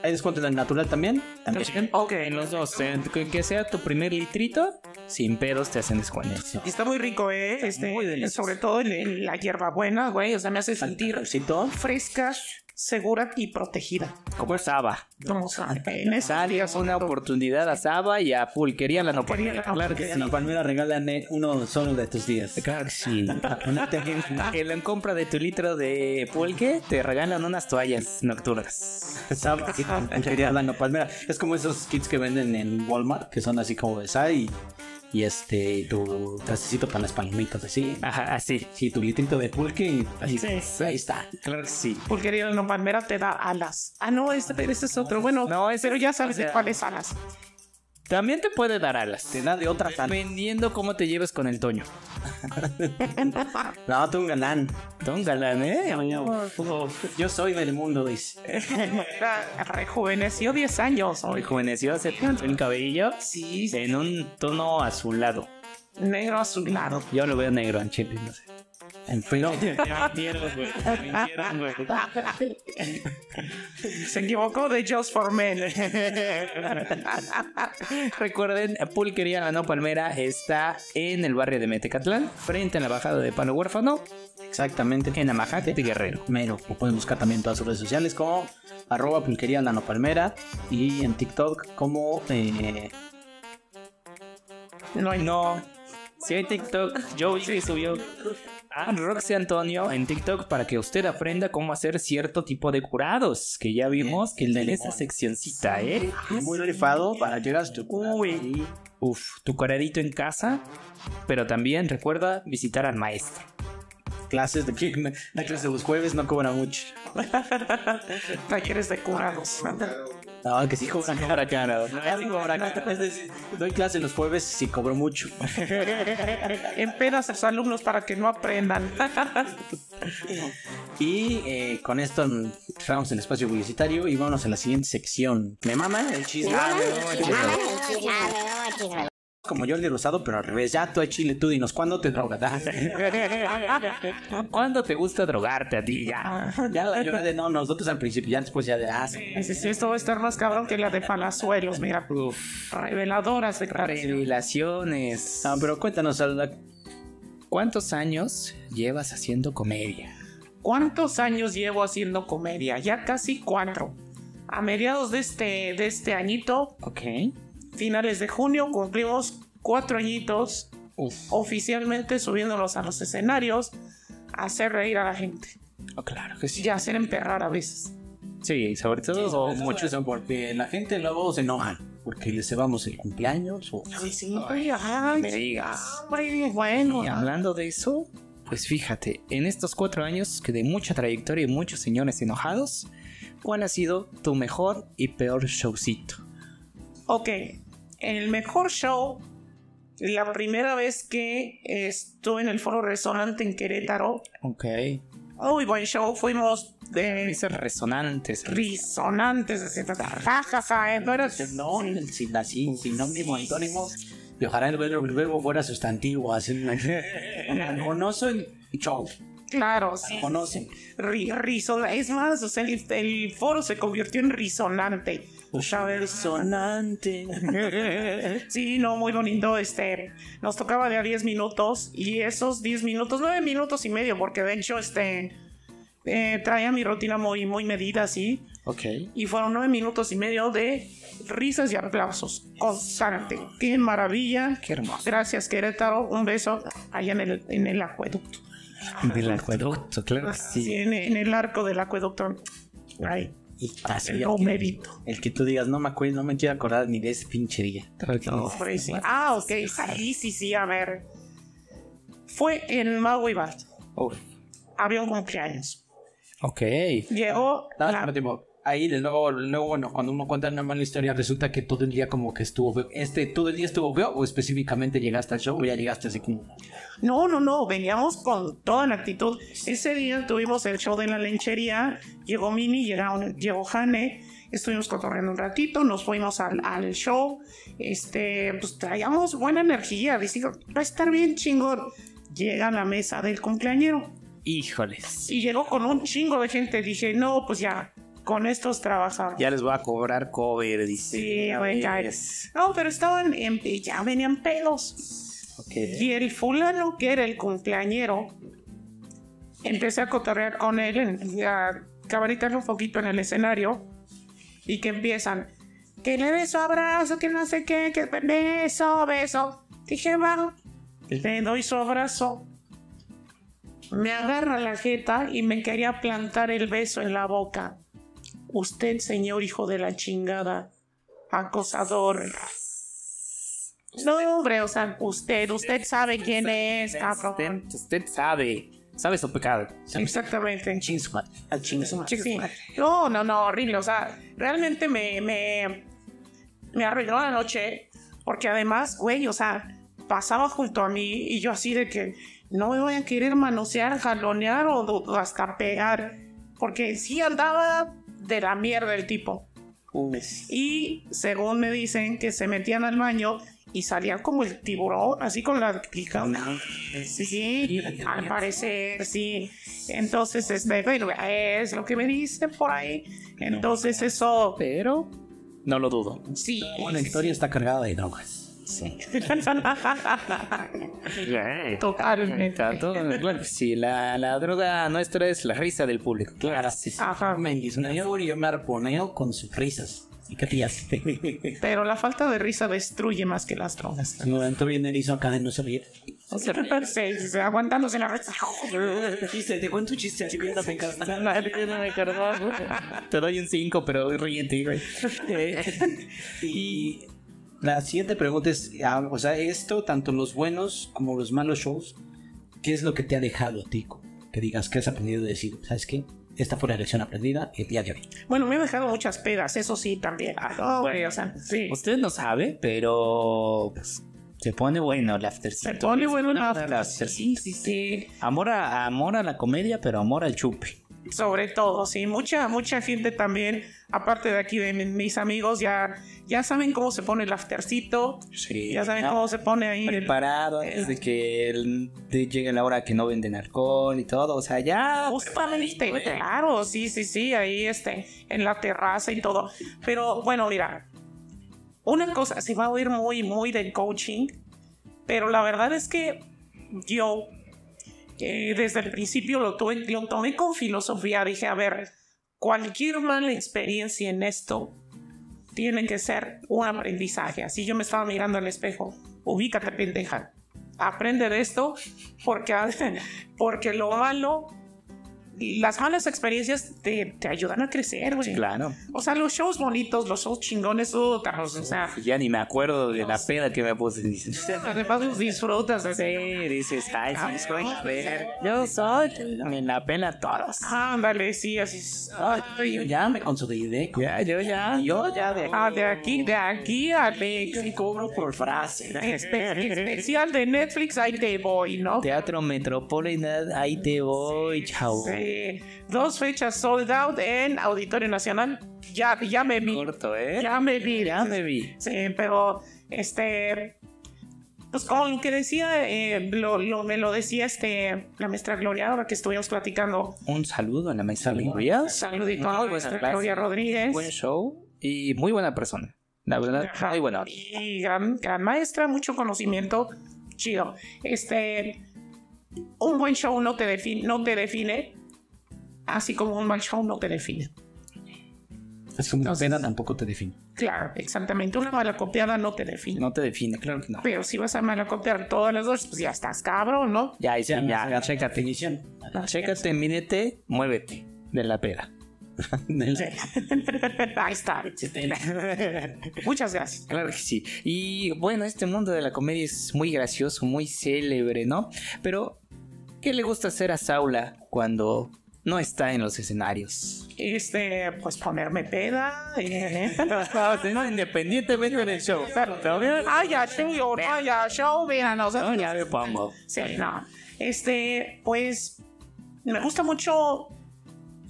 ¿Hay descuento en el natural también? También. Ok, en los dos. en que- Que sea tu primer litrito, sin pedos te hacen descuento. Eso. Y Está muy rico, ¿eh? Este, muy delicioso. sobre todo el- el- la hierbabuena, güey. O sea, me hace sentir Calorcito. fresca, segura y protegida. Como es Saba. Como saben, en esa área Darías son una oportunidad a Saba y a Pulquería la no Pulquería La Claro que sí. En la palmera regalan eh, uno solo de tus días. Claro que [laughs] sí. Ponerte bien. En la compra de tu litro de pulque te regalan unas toallas nocturnas. Sabe que quería la no palmera. Es como esos kits que venden en Walmart, que son así como de sal y, y este, tu trastecito para las palomitas, así. Ajá, así. Sí, tu litrito de pulque y ahí, Sí. ahí está. Claro que sí. pulquería la palmera te da alas. Ah, no, este, pero este es otro. Bueno, No, ese- pero ya sabes de o sea- cuáles alas. También te puede dar alas. Te da de otra sal. Dependiendo cómo te lleves con el Toño. No, tú un galán. Don Galán, ¿eh? Yo soy del mundo, dice. Era- Rejuveneció 10 años. Hoy hoy. juveneció, se pintó el cabello Sí, en un tono azulado. negro azulado. Yo lo veo negro en Chile, no sé. En filo. Se equivocó de Just for Men. Recuerden, Pulquería La No Palmera está en el barrio de Metecatlán, frente a la bajada de Palo Huérfano, Exactamente. en Amajate de Guerrero. Mero. Lo pueden buscar también en todas sus redes sociales como arroba pulquería Lano Palmera y en TikTok como eh, No hay No, si hay TikTok, yo vi que subió a Roxy Antonio en TikTok para que usted aprenda cómo hacer cierto tipo de curados, que ya vimos que El de en esa limón. seccioncita, ¿eh? muy rifado para llegar a Uh, tu Uy. Uf, tu curadito en casa, pero también recuerda visitar al maestro. clases de que la clase de los jueves no cobra mucho. talleres de curados. No, que sí cobran cara. cara. Sí cobra cara. [laughs] Es decir, Doy clase los jueves sí cobro mucho. Empeda a sus alumnos para que no aprendan. Y eh, con esto cerramos el espacio publicitario y vámonos a la siguiente sección. Me mama el Ah, chisme. Me mama el chisme. como Jordi Rosado, pero al revés. Ya tú hay chile, tú dinos, ¿cuándo te drogarás? Ah. ¿Cuándo te gusta drogarte a ti ya? [laughs] ya la llora de no, nosotros al principio, ya después ya de ah, sí. Ese sí, esto va a estar más cabrón que la de Palazuelos, mira. Reveladoras de Revelaciones. No, pero cuéntanos, Alda, ¿Cuántos años llevas haciendo comedia? ¿Cuántos años llevo haciendo comedia? Ya casi cuatro. A mediados de este, de este añito, Ok. finales de junio, cumplimos cuatro añitos Uf. oficialmente subiéndonos a los escenarios a hacer reír a la gente Oh, claro que sí. y a hacer emperrar a veces. Sí, sobre todo muchos. son porque la gente luego se enoja porque les cebamos el cumpleaños o Ay, sí, ay, me digas. hombre, bueno. Y hablando de eso, pues fíjate, en estos cuatro años que de mucha trayectoria y muchos señores enojados, ¿cuál ha sido tu mejor y peor showcito? Ok, en el mejor show, la primera vez que estuve en el Foro Resonante en Querétaro, Ok. muy buen show, fuimos de Esos resonantes. risonantes, así, ta, ta, ja, ja, ja, eh, no era- no, sin así, sinónimo, antónimo. Y ojalá el verbo, el verbo fuera sustantivo, así. [laughs] Conocen show, claro, sí, conocen. ri- riso- es más, o sea, el, el foro se convirtió en risonante. ¿sabes? Sonante. Sí, no, muy bonito. Este, nos tocaba de a 10 minutos y esos 10 minutos, 9 minutos y medio, porque de hecho, este, eh, traía mi rutina muy, muy medida así. Ok. Y fueron 9 minutos y medio de risas y aplausos constante. Qué maravilla. Qué hermoso. Gracias, Querétaro. Un beso allá en el, en el acueducto. Del acueducto, claro que Sí, sí. en, en el arco del acueducto. Ay, Y así, lo merito. el que tú digas, no me acuerdo, no me quiero acordar ni de ese pinche día. Hombre, sí. Ah, ok. Sí, sí, sí, a ver. Fue en Mago y Bart. Uf. había un cumpleaños. Ok. Llegó Nada, la- pero tipo, ahí luego, luego, bueno, cuando uno cuenta una mala historia, resulta que todo el día como que estuvo feo. Este, todo el día estuvo feo, o específicamente llegaste al show, o ya llegaste así como. No, no, no, veníamos con toda la actitud. Ese día tuvimos el show de la lenchería, llegó Mini, llegaron, llegó Jane, estuvimos cotorreando un ratito, nos fuimos al, al show, este, pues traíamos buena energía, decimos, va a estar bien chingón. Llega a la mesa del cumpleañero Híjoles. y llegó con un chingo de gente, dije, no, pues ya, con estos trabajamos. Ya les voy a cobrar cover, dice. Sí, güey, ya es. No, pero estaban, en- ya venían pedos. Ok. Y el fulano que era el cumpleañero, empecé a cotorrear con él, en- a cabaretearlo un poquito en el escenario, y que empiezan, que le beso, abrazo, que no sé qué, que beso, beso. Dije, va, le doy su abrazo. Me agarra la jeta y me quería plantar el beso en la boca. Usted, señor hijo de la chingada, acosador. No, hombre, o sea, usted, usted sabe quién es, cabrón. Usted, usted sabe. Sabe su pecado. Exactamente. Chingsman. Al Chingsman. Sí. No, no, no, horrible. O sea, realmente me, me, me arruinó la noche. Porque además, güey, o sea, pasaba junto a mí y yo así de que no me voy a querer manosear, jalonear o, o hasta pegar. Porque sí andaba de la mierda el tipo. Y según me dicen que se metían al baño y salían como el tiburón, así con la pica. Sí, al parecer, sí. Entonces, este, bueno, es lo que me dicen por ahí. Entonces, eso, Pero no lo dudo. sí. La historia está cargada de drogas. sí. [laughs] Totalmente. Tanto, claro que sí. La, la droga nuestra es la risa del público. Claro, sí. Ajá. Me disneyó y yo me arponeo con sus risas. ¿Y qué te hace? Pero la falta de risa destruye más que las drogas. Me momento bien erizo acá de no salir. [laughs] Sí, sí, aguantándose la risa. Chiste, te cuento un chiste. así bien Ah, apencarnado. Te doy un 5, pero ríete, güey. Y la siguiente pregunta es, ah, o sea, esto, tanto los buenos como los malos shows, ¿qué es lo que te ha dejado, Tico? Que digas, ¿qué has aprendido de decir? ¿Sabes qué? Esta fue la lección aprendida el día de hoy. Bueno, me he dejado muchas pedas, eso sí, también. Ah, no, güey, o sea, sí. Usted no sabe, pero pues, se pone bueno el Se aftercito. pone bueno el El after. aftercito. Sí, sí, sí. Amor a, amor a la comedia, pero amor al chupe. sobre todo, sí, mucha, mucha gente también, aparte de aquí de mi- mis amigos, ya, ya saben cómo se pone el aftercito, Sí. ya saben Ah, cómo se pone ahí. el- preparado antes de que el- de llegue la hora que no venden alcohol y todo. O sea, Oh, ya. Justamente, claro, sí, sí, sí, ahí este, en la terraza y todo. Pero bueno, mira, una cosa, se va a oír muy, muy del coaching, pero la verdad es que yo eh, desde el principio lo, tuve, lo tomé con filosofía, dije, a ver, cualquier mala experiencia en esto tiene que ser un aprendizaje. Así yo me estaba mirando al espejo, ubícate pendeja. Aprende de esto porque, [laughs] porque lo malo las malas experiencias te, te ayudan a crecer, güey. Claro. O sea, los shows bonitos, los shows chingones, otros, o sea, Ya ni me acuerdo de la peda que me puse. Dices, además los disfrutas, así. sí, dices, ay, sí, soy la verga. Yo soy. Me la pena todos. Ándale, sí, así es. Yo Ay, ya me consolidé. con- Ya, yo ya. Yo ya de ah, de aquí, de aquí, Alex. Yo cobro por frase. Especial de Netflix, ahí te voy, ¿no? Teatro Metropolitan, ahí te voy, chao. Sí. Dos fechas sold out en Auditorio Nacional. Ya, ya me vi. Corto, ¿eh? Ya me vi. Ya me vi. Sí, pero este. Pues como lo que decía, eh, lo, lo- me lo decía este, la maestra Gloria, ahora que estuvimos platicando. Un saludo a la maestra Saludos. Urias. Saludito Muy a la buena maestra clase. Gloria Rodríguez. Buen show y muy buena persona. La verdad, Ajá. muy buena. Y gran, gran maestra, mucho conocimiento. Chido. Este. Un buen show no te, define, no te define, así como un mal show no te define. Es como una pena tampoco te define. Claro, exactamente. Una mala copiada no te define. No te define, claro que no. Pero si vas a malacopiar todas las dos, pues ya estás cabrón, ¿no? [laughs] Ya, ahí sí, Ya, ya, ya, chécate. Definición. Chécate, mídete, muévete de la pera. Ahí está. Muchas gracias. Claro que sí. Y bueno, este mundo de la comedia es muy gracioso, muy célebre, ¿no? Pero, ¿qué le gusta hacer a Saula cuando no está en los escenarios? Este, pues ponerme peda. eh. [laughs] no, independientemente del show. Ay, ya, show, ay, ya, show, mira, no sé. ya me pongo. Sí, no. Este, pues, me gusta mucho,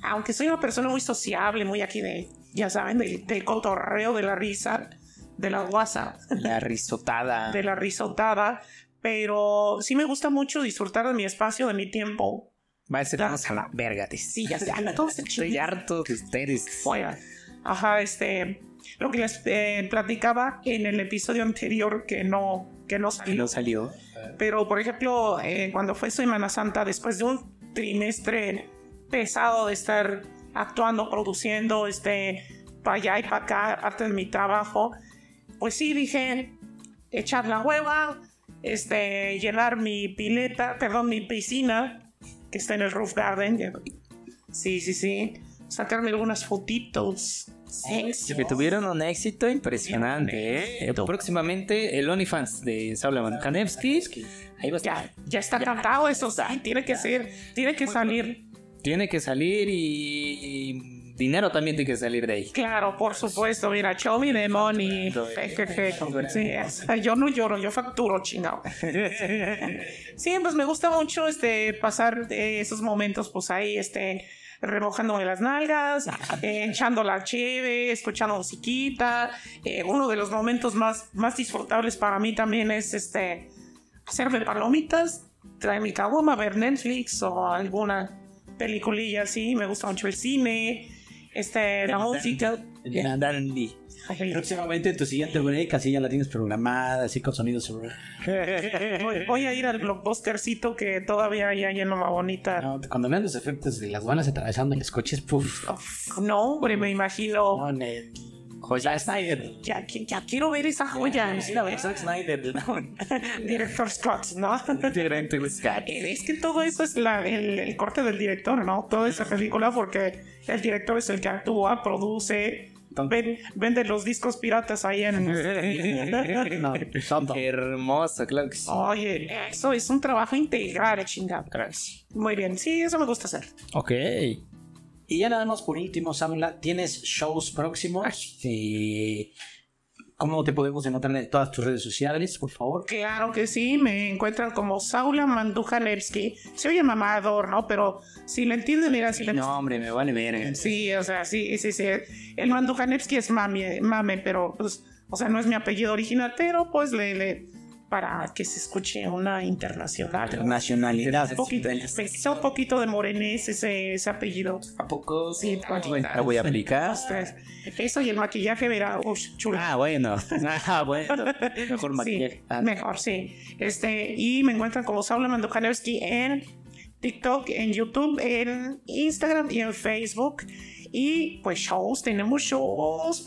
aunque soy una persona muy sociable, muy aquí de, ya saben, del, del cotorreo, de la risa, de la guasa, La risotada. de la risotada, pero sí me gusta mucho disfrutar de mi espacio, de mi tiempo. Va a ser vamos a la verga, te Sí, ya sé, entonces, Estoy harto de ustedes. fuera. Ajá, este, lo que les eh, platicaba en el episodio anterior que no, que no Y salió. no salió. Pero, por ejemplo, eh, cuando fue Semana Santa, después de un trimestre pesado de estar actuando, produciendo, este, para allá y para acá, aparte de mi trabajo, pues sí dije, echar la hueva, este, llenar mi pileta, perdón, mi piscina, que está en el roof garden. ya- Sí, sí, sí. Sacarme algunas fotitos. Sexy. Que tuvieron un éxito impresionante, ¿eh? Eh, Próximamente el OnlyFans de Saula Mankanevsky. Ahí va a estar. Ya, ya está cantado eso, o sea, tiene que ser, tiene que salir. Tiene que salir y, y dinero también tiene que salir de ahí. Claro, por supuesto, mira, show me the money. Jejeje. Sí, es. yo no lloro, yo facturo, chingado. Sí, pues me gusta mucho este, pasar eh, esos momentos, pues ahí, este, remojándome las nalgas, eh, echando la cheve, escuchando musiquita. Eh, uno de los momentos más, más disfrutables para mí también es este, hacerme palomitas, traer mi caguama, ver Netflix o alguna peliculilla así. Me gusta mucho el cine, este, la música. Ya. Dandy. Ay, Próximamente tu siguiente break, así ya la tienes programada, así con sonidos sobre. Voy, voy a ir al blockbustercito que todavía hay ahí en Loma Bonita. No, cuando vean los efectos de las guanas atravesando en los coches, puff. Uf, No, hombre, me imagino. Con el. Zack Snyder. [laughs] Ya, qui- ya quiero ver esa joya. Mira, ve. Zack Snyder. Director Scott, ¿no? [laughs] [laughs] Es que todo eso es la- el, el corte del director, ¿no? Toda esa película, porque el director es el que actúa, produce, ven- vende los discos piratas ahí en. [laughs] No, tonto. Hermoso, claro que sí. Oye, eso es un trabajo integral, chingado. Muy bien, sí, eso me gusta hacer. Ok. Y ya nada más por último, Samula, ¿tienes shows próximos? Sí. ¿Cómo te podemos encontrar en todas tus redes sociales, por favor? Claro que sí, me encuentran como Saula Mandujanevsky. Se oye mamador, ¿no? Pero si le entienden, mira, si le Oh, No, hombre, me vale ver. eh. Sí, o sea, sí, sí, sí. El Mandujanevsky es mami, mame, pero pues, o sea, no es mi apellido original, pero pues le, le- para que se escuche una internacional. ¿no? Internacionalidad. Un poquito, me hizo un poquito de morenés ese, ese apellido. ¿A poco? Sí, Ah, Bueno, la voy a aplicar. Ostras, Eso y el maquillaje, verá, uff, chula. Ah, bueno. [laughs] Ah, bueno. Mejor Sí, maquillaje. Ah, mejor, sí. Este, y me encuentran como Saula Mandukanevsky en TikTok, en YouTube, en Instagram y en Facebook. Y pues shows, tenemos shows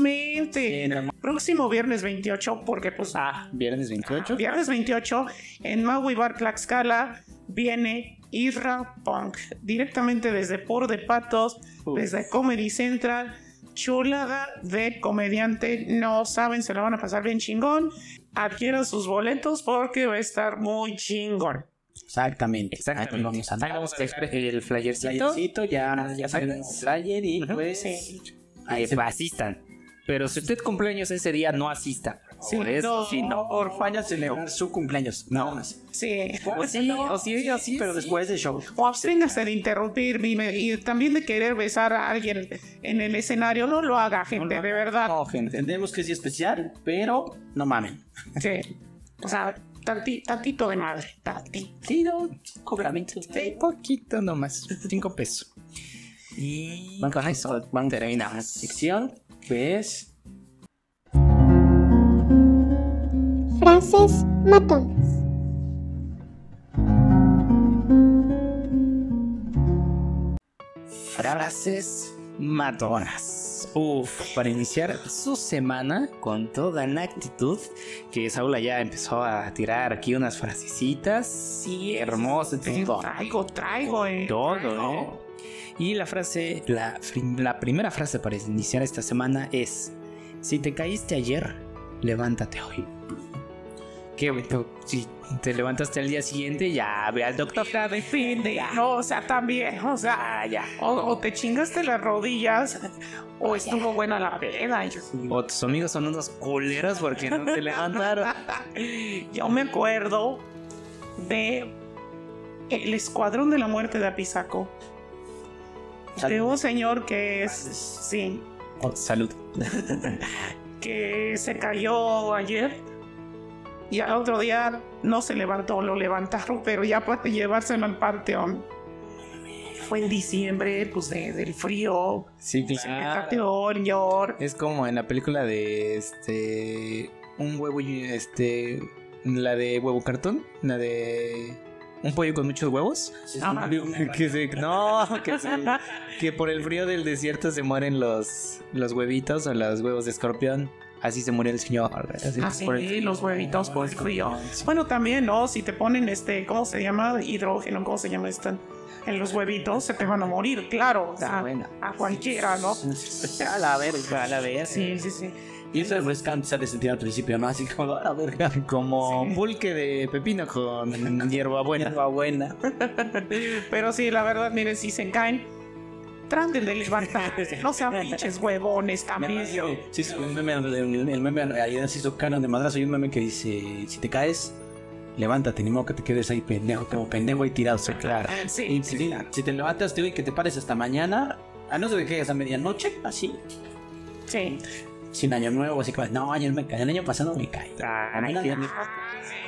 próximamente. bien, hermano. Próximo viernes 28, porque pues Ah, viernes 28. viernes 28 en Maui Bar Tlaxcala viene Isra Punk directamente desde Por de Patos, Uf. desde Comedy Central. Chulada de comediante, no saben, se la van a pasar bien chingón. Adquieran sus boletos porque va a estar muy chingón. Exactamente. Exactamente. Ahí vamos a andar. Ahí vamos a dejar el flyercito. Playercito, ya, ya saben, sabemos. flyer y pues Sí. ahí va, pues, asistan. Pero si usted cumpleaños ese día, no asista. Sí, Por eso, sí, no. Por fallas celebrar su cumpleaños. Nada más. Pues Sí. O sí, o sí, o sí, Pero pero después del show. O absténgase de interrumpir y, me- y también de querer besar a alguien en el escenario. No lo haga, gente, de verdad. No, gente. Entendemos que es día especial, pero no mamen. Sí. O sea, tanti- tantito de madre, tantito. Sí, no, cobramiento. Sí, poquito nomás. Cinco pesos. Y con eso terminamos. Sección, pues. Frases matonas. Frases matonas. Uf, para iniciar su semana con toda la actitud, que Saula ya empezó a tirar aquí unas frasecitas. Sí, hermosas. todo. Traigo, traigo, eh. todo, ¿no? Y la frase, la, fri- la primera frase para iniciar esta semana es: Si te caíste ayer, levántate hoy. Que pero si te levantaste al día siguiente, ya ve al doctor. Mira, depende, ya, no, o sea, también, o sea, ya, o, o te chingaste las rodillas, o estuvo buena la veda. Yo, O tus amigos son unos culeros porque no te [laughs] levantaron. [laughs] yo me acuerdo de El Escuadrón de la Muerte de Apizaco, de un señor que es, sí, Oh, salud. que se cayó ayer y al otro día no se levantó, lo levantaron, pero ya para llevárselo al panteón. Fue en diciembre, pues de- del frío, Sí, se pateó, llor. Ah. Es como en la película de este. Un huevo y este. La de huevo cartón. La de. Un pollo con muchos huevos. [laughs] Ah, que se- no, que, [laughs] se- que por el frío del desierto se mueren los, los huevitos o los huevos de escorpión. Así se murió el señor. Así, Así, por el- los huevitos por el frío. Bueno, también, ¿no? Si te ponen este, ¿cómo se llama? Hidrógeno, ¿cómo se llama esto? En los huevitos se te van a morir, claro. o sea, Ah, bueno. [laughs] a cualquiera, ¿no? A la verga, a la verga. Sí, sí, sí. [laughs] Y eso es que se ha de sentir al principio, ¿no? Así como, a la verga. Como Sí. pulque de pepino con hierbabuena. buena. Pero sí, la verdad, miren, si se caen, traten de levantarse. No sean [laughs] pinches huevones también. Sí, sí, un meme, el, el meme en realidad se hizo cara de madrazo. Hay un meme que dice: Si te caes, levántate, ni modo que te quedes ahí pendejo, como pendejo ahí tirado. claro. Sí, Y si, si te levantas, te digo que te pares hasta mañana, a no ser que llegues a medianoche, así, sí. sin año nuevo, así que no, ayer me caí, el año pasado me caí. Ah, Mira, ya me-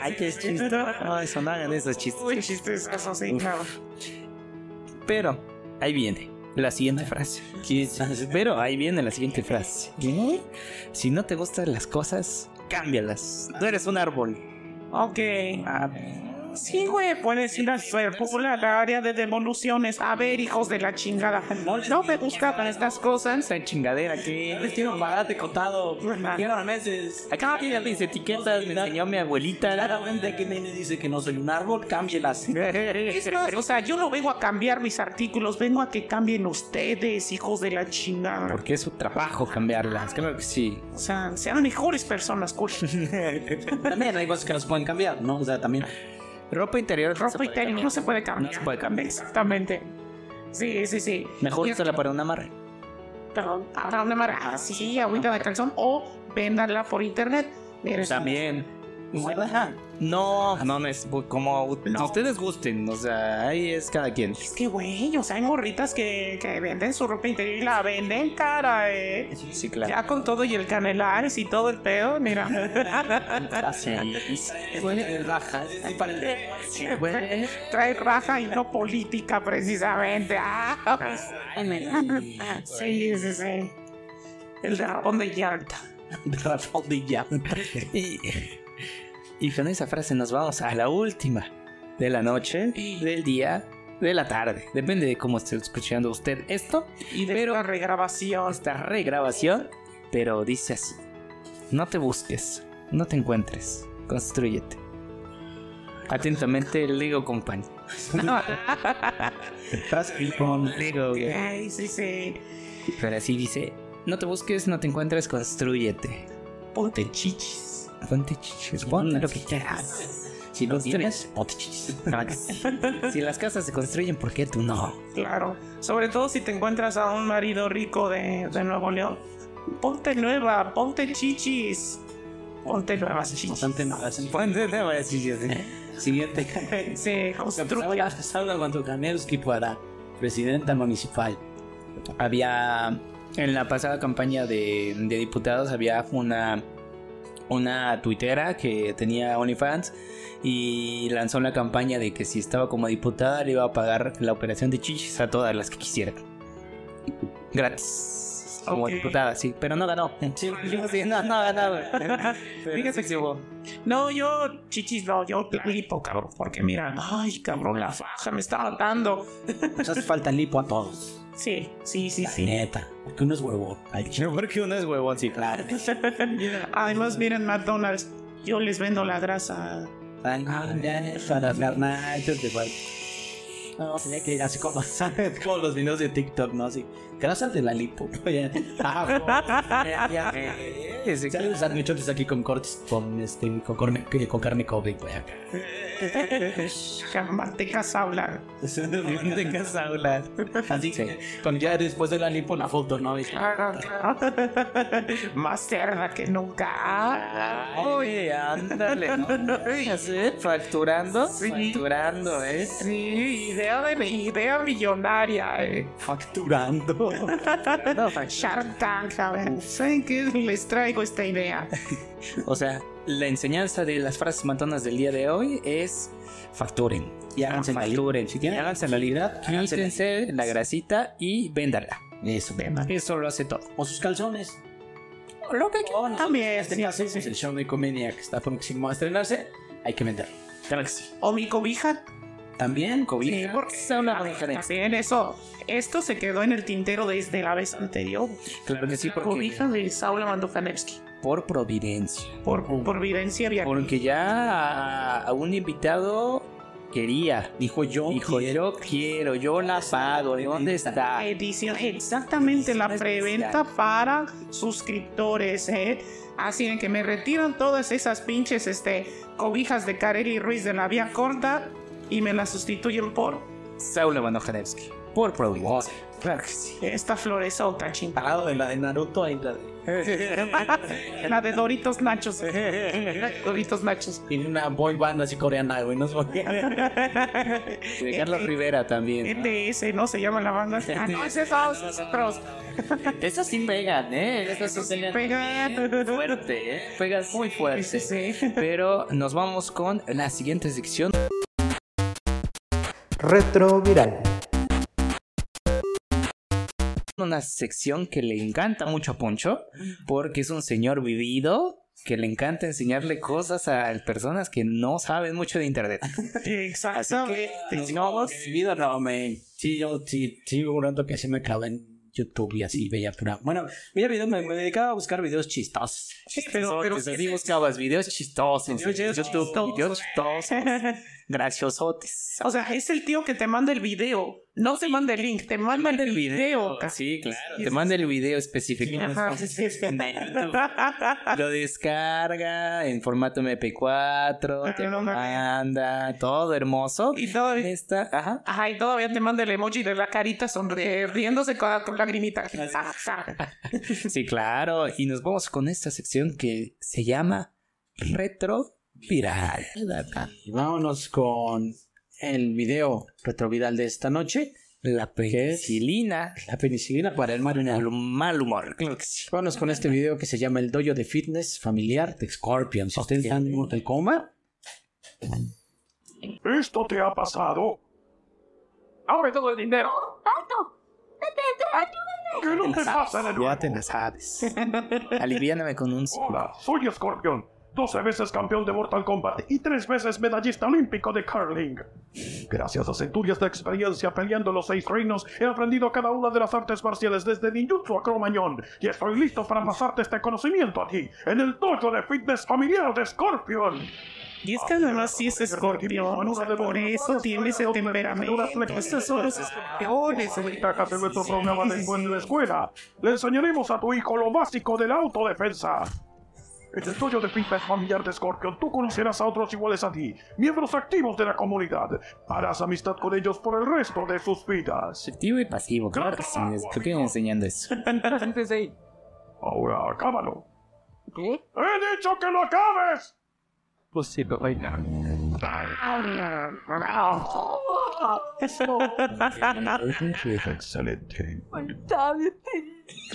Ay, qué chiste. Ay, son hagan esos chistes. Uy, chistes, eso sí, claro. Pero ahí viene la siguiente [laughs] frase. Que- Pero ahí viene la siguiente frase. ¿Qué? Si no te gustan las cosas, cámbialas. Tú eres un árbol. Ah, Ok. Sí, güey, puedes ir a circula la área de devoluciones. A ver, hijos de la chingada. No me gustaban estas cosas. Esa chingadera que. Les quiero pagarte contado, quiero meses. Acá tiene mis etiquetas, me enseñó mi abuelita. Claramente que me dice que no soy un árbol, cámbialas. Es más, O sea, yo no vengo a cambiar mis artículos, vengo a que cambien ustedes, hijos de la chingada. Porque es su trabajo cambiarlas. Claro que sí. O sea, sean mejores personas, güey. También hay cosas que nos pueden cambiar, ¿no? O sea, también. Ropa interior. no se Ropa y puede tenis no se puede cambiar. No se puede cambiar. Exactamente. Sí, sí, sí. cambiar. Mejor úsala para un amarre. Perdón, ahora una mara así, agüita ah, de calzón o véndanla por internet. Miren, También. Guadalajara. No, no, no es bu- como no. ustedes gusten. O sea, ahí es cada quien. Es que, güey, o sea, hay morritas que, que venden su ropa interior y la venden cara, eh. Sí, claro. Ya con todo y el canelares y todo el pedo, mira. [laughs] Huele raja. Ay, para el- Huele- Trae raja y no política, precisamente. Ah, sí, sí, sí. El dragón de Yalta. Rafal de llanta. Y, y con esa frase nos vamos a la última de la noche, del día, de la tarde. Depende de cómo esté escuchando usted esto. Y de Pero- la regrabación. Esta regrabación, pero dice así: No te busques, no te encuentres, construyete. Atentamente, Lego Company. Estás con Lego, güey. Ay, sí, sí. Pero así dice: No te busques, no te encuentres, construyete. ponte chichis. Ponte chichis, ponte lo que quieras. Si no tienes, ponte chichis. Si las casas se construyen, ¿por qué tú no? Claro. Sobre todo si te encuentras a un marido rico de, de Nuevo León. Ponte nueva, ponte chichis. Ponte nuevas chichis. Bastante nada. Ponte nuevas chichis. Siguiente. Sí, construye. Salva cuando Kanersky para presidenta municipal. había en la pasada campaña de, de diputados había una una tuitera que tenía OnlyFans y lanzó la campaña de que si estaba como diputada le iba a pagar la operación de chichis a todas las que quisieran gratis como Ok. diputada sí pero no ganó sí, sí, no no ganó Fíjate que No, yo chichis no, yo lipo, cabrón. Porque mira, ay, cabrón, la faja me está matando. Nos hace falta lipo a todos. Sí, sí, sí, La [laughs] sí. neta. Porque uno es huevón. Ay, porque uno es huevón sí claro. Además, miren McDonald's. Yo les vendo la grasa. Ay, Ah, ya, para las nachas de igual. No, tenía que ir así como, [laughs] como los videos de TikTok, ¿no? Así, gracias de la lipo. [laughs] Ya. Ah, ya, ya. Salen los sándwichotes aquí con cortes, con, este, con, corne, con carne Kobe, güey, acá. Manteca saula. Así que, con ya después de la lipo, la foto, ¿no? Y- Más cerda que nunca. eh, Oye, ah, ándale, [laughs] ¿no? Así, Facturando, Sí. facturando, ¿eh? Sí, idea, de, idea millonaria. Eh. [laughs] Facturando. No, fact- Shark Tank, a ver. ¿Saben qué? Les traigo esta idea. O sea, la enseñanza de las frases matonas del día de hoy es facturen. Y háganse la lipo. facturen. Si tienen, háganse la libra. Quítense la grasita y véndala. Eso, tema. Eso lo hace todo. O sus calzones. Oh, Lo que También. Tenía seis el show de comedia que está próximo a estrenarse. Hay que vender. O mi cobija. También, Sí, cobija. porque también eso. Esto se quedó en el tintero desde la vez anterior. Claro que sí, La cobija porque de Saula Mandukanevsky. por providencia. Por, por videncia había. Porque ya a, a un invitado quería. Dijo yo. Dijo, yo quiero, yo la pago. ¿De dónde está? La Ah. edición, exactamente la preventa para suscriptores, ¿eh? Así en que me retiran todas esas pinches este, cobijas de Kareli Ruiz de la vía corta y me las sustituyen por Saula Manojanevsky. Por Oh, providencia. Claro que sí. esta florezota chingada. Parado de la de Naruto ahí la de- la de Doritos Nachos. [laughs] Doritos Nachos. Tiene una boy band así coreana, güey. No sé por qué. De Eh, Carlos Rivera también. NS, ¿no? Se llama la banda. Ah, no, ese es otros. Esas sí pegan, ¿eh? Esas sí pegan. Pegan. Fuerte, ¿eh? Pegan muy fuerte. Sí, sí, sí. Pero nos vamos con la siguiente sección. Retroviral. Una sección que le encanta mucho a Poncho. Porque es un señor vivido. Que le encanta enseñarle cosas a personas que no saben mucho de internet. Así que Exactamente. nos vamos. Mi vida no, me. Sí, yo sí, sí, hubo un rato que se me acabó en YouTube y así, veía pura. Bueno, veía videos, me, me dedicaba a buscar videos chistosos. Sí, pero, pero Entonces, así buscabas videos chistosos. en YouTube, videos chistosos. Graciosotes. O sea, es el tío que te manda el video. No se manda el link, te mandan el video. ca- Sí, claro. Te manda el video específico. Ajá, sí, sí, sí. [laughs] Lo descarga en formato MP4, te Ah, lo no, no. manda, todo hermoso. [laughs] Y todavía- Esta- [laughs] ajá. Ajá, y todavía te manda el emoji de la carita sonriéndose con, con lagrimita. Ah, Sí, claro. Y nos vamos con esta sección que se llama Retro Viral. Y vámonos con el video retroviral de esta noche. La penicilina. La penicilina para el mal Lo humor. mal humor. Claro que sí. Vámonos con este video que se llama El Dojo de Fitness Familiar de Scorpion. Si ustedes están en Mortal Kombat, ¿Esto te ha pasado? Ahora todo el dinero. ¡Alto! ¡Detente! ¡Ayúdame! ¿Qué no te pasa de Ya te la sabes. Aliviáname con [laughs] un... Hola, soy Scorpion, 12 veces campeón de Mortal Kombat y 3 veces medallista olímpico de curling. Gracias a centurias de experiencia peleando los seis reinos, he aprendido cada una de las artes marciales desde ninjutsu a cromañón y estoy listo para pasarte este conocimiento a ti en el dojo de fitness familiar de Scorpion. Y es que además sí es escorpión, o sea, por eso tiene ese temperamento. Estos son los escorpiones, güey. Ventajas [laughs] de nuestro programa de encuentro en la escuela. Le enseñaremos a tu hijo lo básico de la autodefensa. En el dojo de fitness familiar de Scorpion, tú conocerás a otros iguales a ti, miembros activos de la comunidad. Harás amistad con ellos por el resto de sus vidas. Activo y pasivo. Claro que sí. Te estoy enseñando eso. Ahora, acábalo. ¡He dicho que lo acabes! Excelente.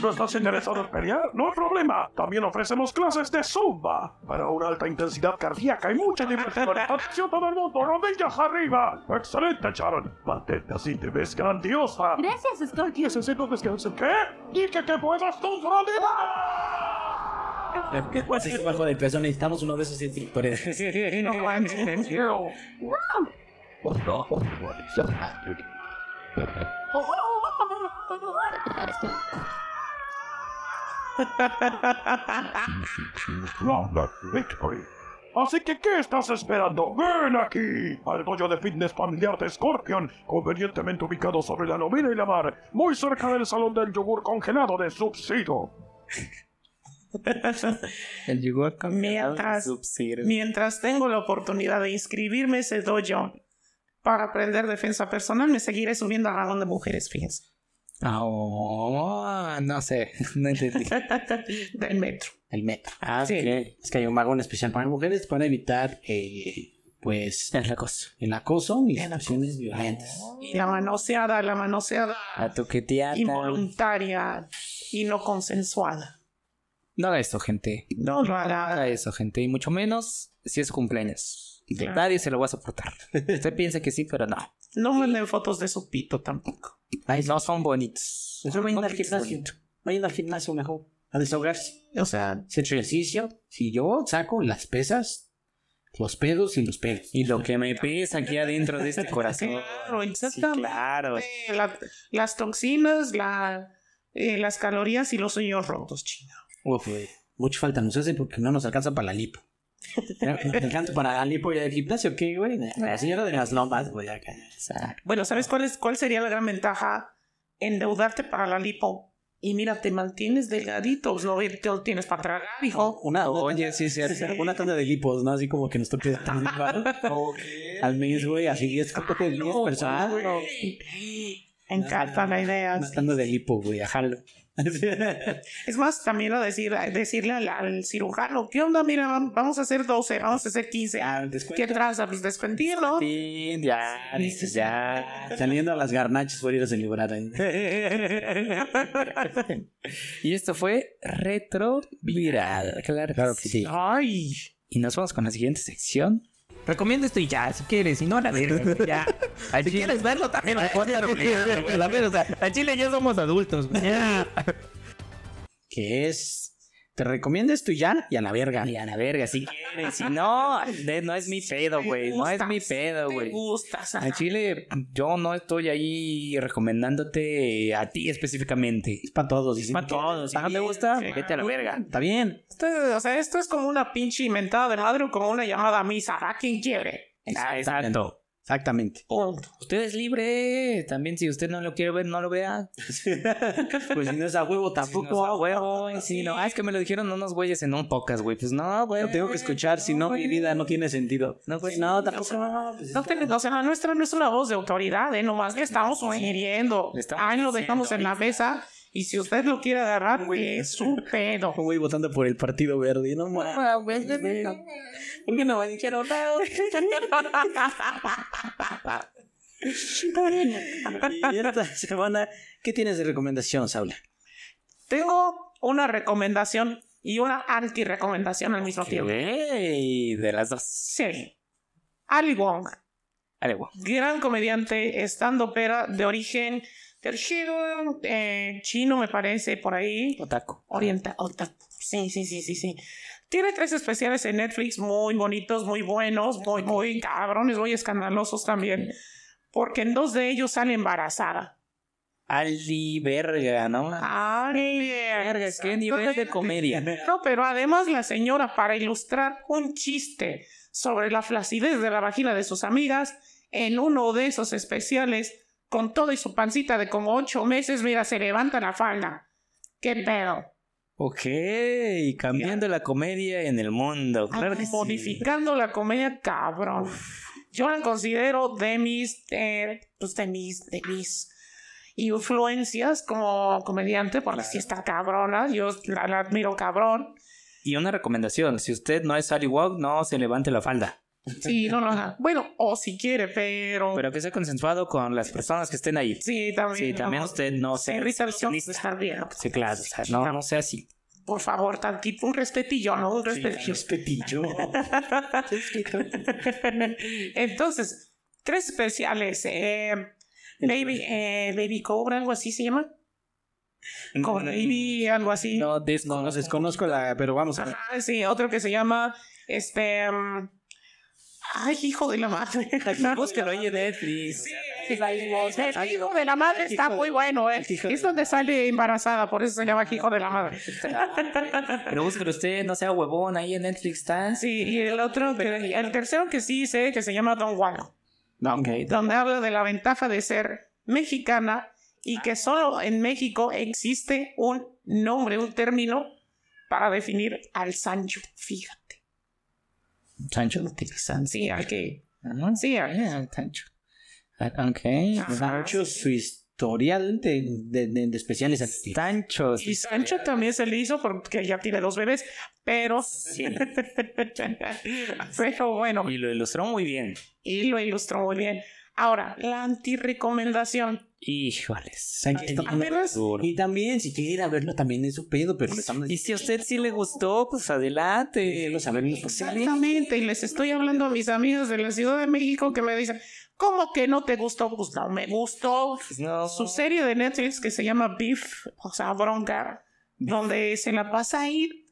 ¿No estás interesado en pelear? No hay problema. También ofrecemos clases de zumba para una alta intensidad cardíaca y mucha diversión. ¡Atención todo el mundo! ¡Rodillas arriba! ¡Excelente, Sharon! Mantente así, te ves grandiosa. Gracias, Scorpio. Necesito descanso. ¿Qué? ¡Dije que puedas tus rodillas! ¿qué pasa si bajo del peso? Necesitamos uno de esos instructores. [laughs] No manches, yo. Round victory. Así que, ¿qué estás esperando? ¡Ven aquí! Al dojo de fitness familiar de Scorpion, convenientemente ubicado sobre la novena y la mar, muy cerca del salón del yogur congelado de Subsido. El yogur con Mientras- Sub-Zero. Mientras tengo la oportunidad de inscribirme a ese dojo para aprender defensa personal, me seguiré subiendo a rangón de mujeres, fíjense. [laughs] Ah, oh, no sé. No entendí. Del metro. El metro. Ah, Sí. ok. Es que hay un vagón especial para mujeres para evitar, eh, pues, Es la cosa. el acoso y situaciones violentas. Y la manoseada, la manoseada A toquetear. involuntaria y no consensuada. No haga esto, gente. No lo hará. Haga eso, gente. Y mucho menos si es su cumpleaños. Claro. Nadie se lo va a soportar. Usted piensa que sí, pero no. No manden fotos de su pito tampoco. No son bonitos. Eso vayan No al gimnasio. bonito. Vayan al gimnasio mejor. A desahogarse. O sea, Se ejercicio. Si yo saco las pesas, los pedos y los pedos. Y lo que me pesa aquí adentro de [laughs] este corazón. Claro, Sí, exactamente. claro. La- las toxinas, la, eh, las calorías y los sueños rotos, chino. Uf, mucho falta nos hace porque no nos alcanza para la [laughs] lipo. Me encanta para la lipo y el gimnasio, ¿qué, güey? La señora de las lomas, güey, acá. Bueno, ¿sabes cuál, es, cuál sería la gran ventaja? Endeudarte para la lipo. Y mira, te mantienes delgadito, pues, no te lo tienes para tragar, hijo. Una, oye, [laughs] sí, sí, una tanda de lipos, ¿no? Así como que nos toque [laughs] tan raro. Al mes, güey, así es como que 10 personas. Me encanta la idea. Una tanda de lipo, güey, [laughs] ajalo. Es más, también a decir, a decirle al, al cirujano, ¿qué onda? Mira, vam- vamos a hacer 12, vamos a hacer 15. Ah, ¿Qué Este, traza? Pues despentirlo. Sí, ya, dices, ya. Saliendo a las garnachas por ir a celebrar [laughs] ahí. Y esto fue Retro Viral. Claro, Claro que que sí. sí. Ay. Y nos vamos con la siguiente sección. Recomiendo esto y ya, si quieres, si no, la verga, [laughs] ya. Al si quieres verlo también, la puedes ver, güey, la verga, o sea, al chile ya somos adultos, güey. Que es. Te recomiendo esto y ya, y a la verga. Y a la verga, si quieren, si [laughs] no, de- no es mi pedo, güey. No es mi pedo, Me güey. gustas. A Chile, yo no estoy ahí recomendándote a ti específicamente. Es para todos. Es Para todos. Ah, me gusta, vete a la verga. Está bien. Esto, o sea, esto es como una pinche inventada de madre o como una llamada a misa. ¿A quién quiere? Ah, exacto. Exactamente. Punto. Usted es libre. También si usted no lo quiere ver, no lo vea. Pues si no es a huevo tampoco. No, güey, güey, sí, no. Ah, es que me lo dijeron unos güeyes en un podcast, güey. Pues no, güey. Lo tengo que escuchar, si no, mi vida no tiene sentido. No, güey. Sí, no, pues tampoco. No tenemos- o sea, nuestra no es una voz de autoridad, ¿eh? nomás le estamos sugiriendo. Le estamos Ahí lo dejamos en la mesa y si usted lo quiere agarrar, es su pedo. Un güey votando por el Partido Verde. No, mames. ¿Por qué no me dijeron nada? Y esta [laughs] semana, ¿qué tienes de recomendación, Saula? Tengo una recomendación y una anti-recomendación al mismo tiempo. Güey, de las dos. Sí. Ali Wong, Dale, güey. gran comediante, estando pera de origen, de origen eh, chino, me parece, por ahí. Otaku. Orienta, otaku. Sí, sí, sí, sí, sí. Tiene tres especiales en Netflix muy bonitos, muy buenos, muy, muy cabrones, muy escandalosos también. Porque en dos de ellos sale embarazada. Ali Verga, ¿no? Ah, ¡Ay, Verga, vergas! qué nivel [laughs] de comedia. No, pero además la señora, para ilustrar un chiste sobre la flacidez de la vagina de sus amigas, en uno de esos especiales, con todo y su pancita de como ocho meses, mira, se levanta la falda. ¡Qué pedo! Ok, cambiando la comedia en el mundo. Claro que sí. modificando la comedia, cabrón. Yo la considero de mis, eh, pues de mis, de mis influencias como comediante, porque si está cabrona, yo la, la admiro cabrón. Y una recomendación, si usted no es Ali Wong, no se levante la falda. Sí, no lo haga. Bueno, o si quiere, pero... Pero que sea consensuado con las personas que estén ahí. sí, también. Sí, también usted no Se sea risa el show, exhibicionista. está bien. Sí, claro, o sea, no, no sea así. Por favor, tantito, un respetillo, ¿no? Un [laughs] respetillo. Respetillo. [laughs] Entonces, tres especiales. eh, baby, eh, baby Cobra, algo así se llama. Con Baby, algo así. No, des- No, no desconozco la, pero vamos a ver. Ajá, sí, otro que se llama. Este. mm, ay, hijo de la [laughs] madre. Búsquelo ahí en Netflix. El hijo de la madre está muy bueno, ¿eh? Es donde sale embarazada, por eso se llama hijo de la madre. Pero búsquelo usted, no sea huevón, ahí en Netflix está. Sí, y el otro, que- el tercero que sí sé, que se llama Don Juan. No, ok. donde habla de la ventaja de ser mexicana y que solo en México existe un nombre, un término para definir al Sancho. Fíjate. Sancho, interesante. Sí, al que. Ah, Sí, al- yeah, Sancho. Ah, Ok. Sancho, su historial de, de, de- de especiales. artísticos. Sancho. Y Sancho también se le hizo porque ya tiene dos bebés, pero. [laughs] pero bueno, Y lo ilustró muy bien. y lo ilustró muy bien. Ahora, la antirrecomendación. Híjoles. Sancho está muy Apenas- duro. Y también, si quiere ir a verlo, también es su pedo, pero le estamos Y si a usted sí le gustó, pues adelante. los sabernos Exactamente, y les estoy hablando a mis amigos de la Ciudad de México que me dicen, ¿cómo que no te gustó? Pues no me gustó. Pues No, su serie de Netflix que se llama Beef, o sea, bronca, donde se la pasa a ir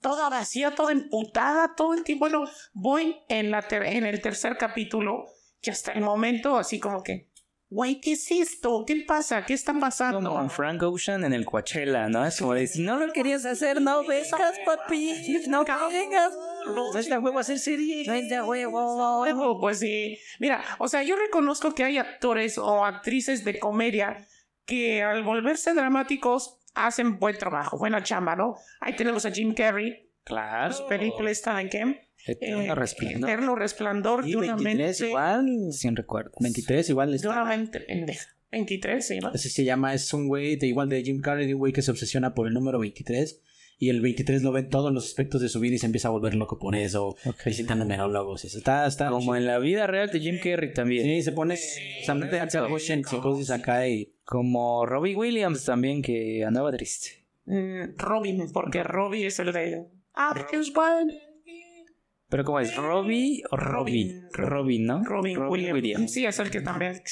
toda vacía, toda emputada, todo el tiempo. Bueno, voy en, la ter- en el tercer capítulo, que hasta el momento, así como que, güey, ¿qué es esto? ¿Qué pasa? ¿Qué está pasando? Como Frank Ocean en el Coachella, ¿no? Es como de, si no lo querías hacer, no vengas, papi. No vengas. No es de huevo hacer serie. No es de huevo. Huevo, pues sí. Mira, o sea, yo reconozco que hay actores o actrices de comedia que al volverse dramáticos hacen buen trabajo, buena chamba, ¿no? Ahí tenemos a Jim Carrey, Claro. su película está en qué? Eterno Eh, resplandor. Eterno resplandor Y de una 23 mente- igual. Sin recuerdo. 23 igual. de Está. una mente pendeja. 23, sí, ¿no? Así se llama, es un güey de igual de Jim Carrey, un güey que se obsesiona por el número 23 y el 23 lo ve en todos los aspectos de su vida y se empieza a volver loco por eso. Visitan numerólogos, eso está, está Como en la vida real de Jim Carrey también. Sí, se pone o sea, mete al Ocean, cosas acá y Como Robbie Williams también, que andaba triste. Mm, Robin, porque Robin es el de. Ah, es bueno. Pero ¿cómo es? ¿Robbie o Robbie? Robin. Robin, ¿no? Robin, Williams. Williams. Sí, es el que también.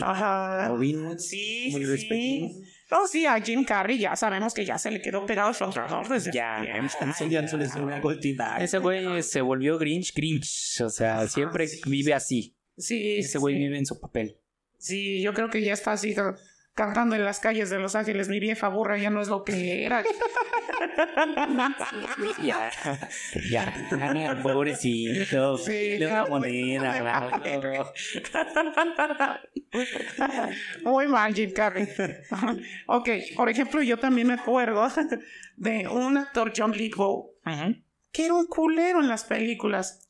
Ajá. Robin. Sí, Muy respectivo. sí. No, sí, a Jim Carrey ya sabemos que ya se le quedó pegado el flotador desde Ya. tiempo. Un día se les sube a cortina. Ese güey se volvió Grinch, Grinch. O sea, siempre vive así. Ah, Sí, Ese güey vive en su papel. sí, yo creo que ya está así. como, cantando en las calles de Los Ángeles. Mi vieja burra ya no es lo que [laughs] era. Ya, [laughs] ya, ya, pobrecito. [laughs] Sí, Le voy a ya, poner güey. a hablar. Muy mal, Jim [laughs] Carrey. ok, por ejemplo, yo también me acuerdo de un actor, John Lee Ho, que era un culero en las películas.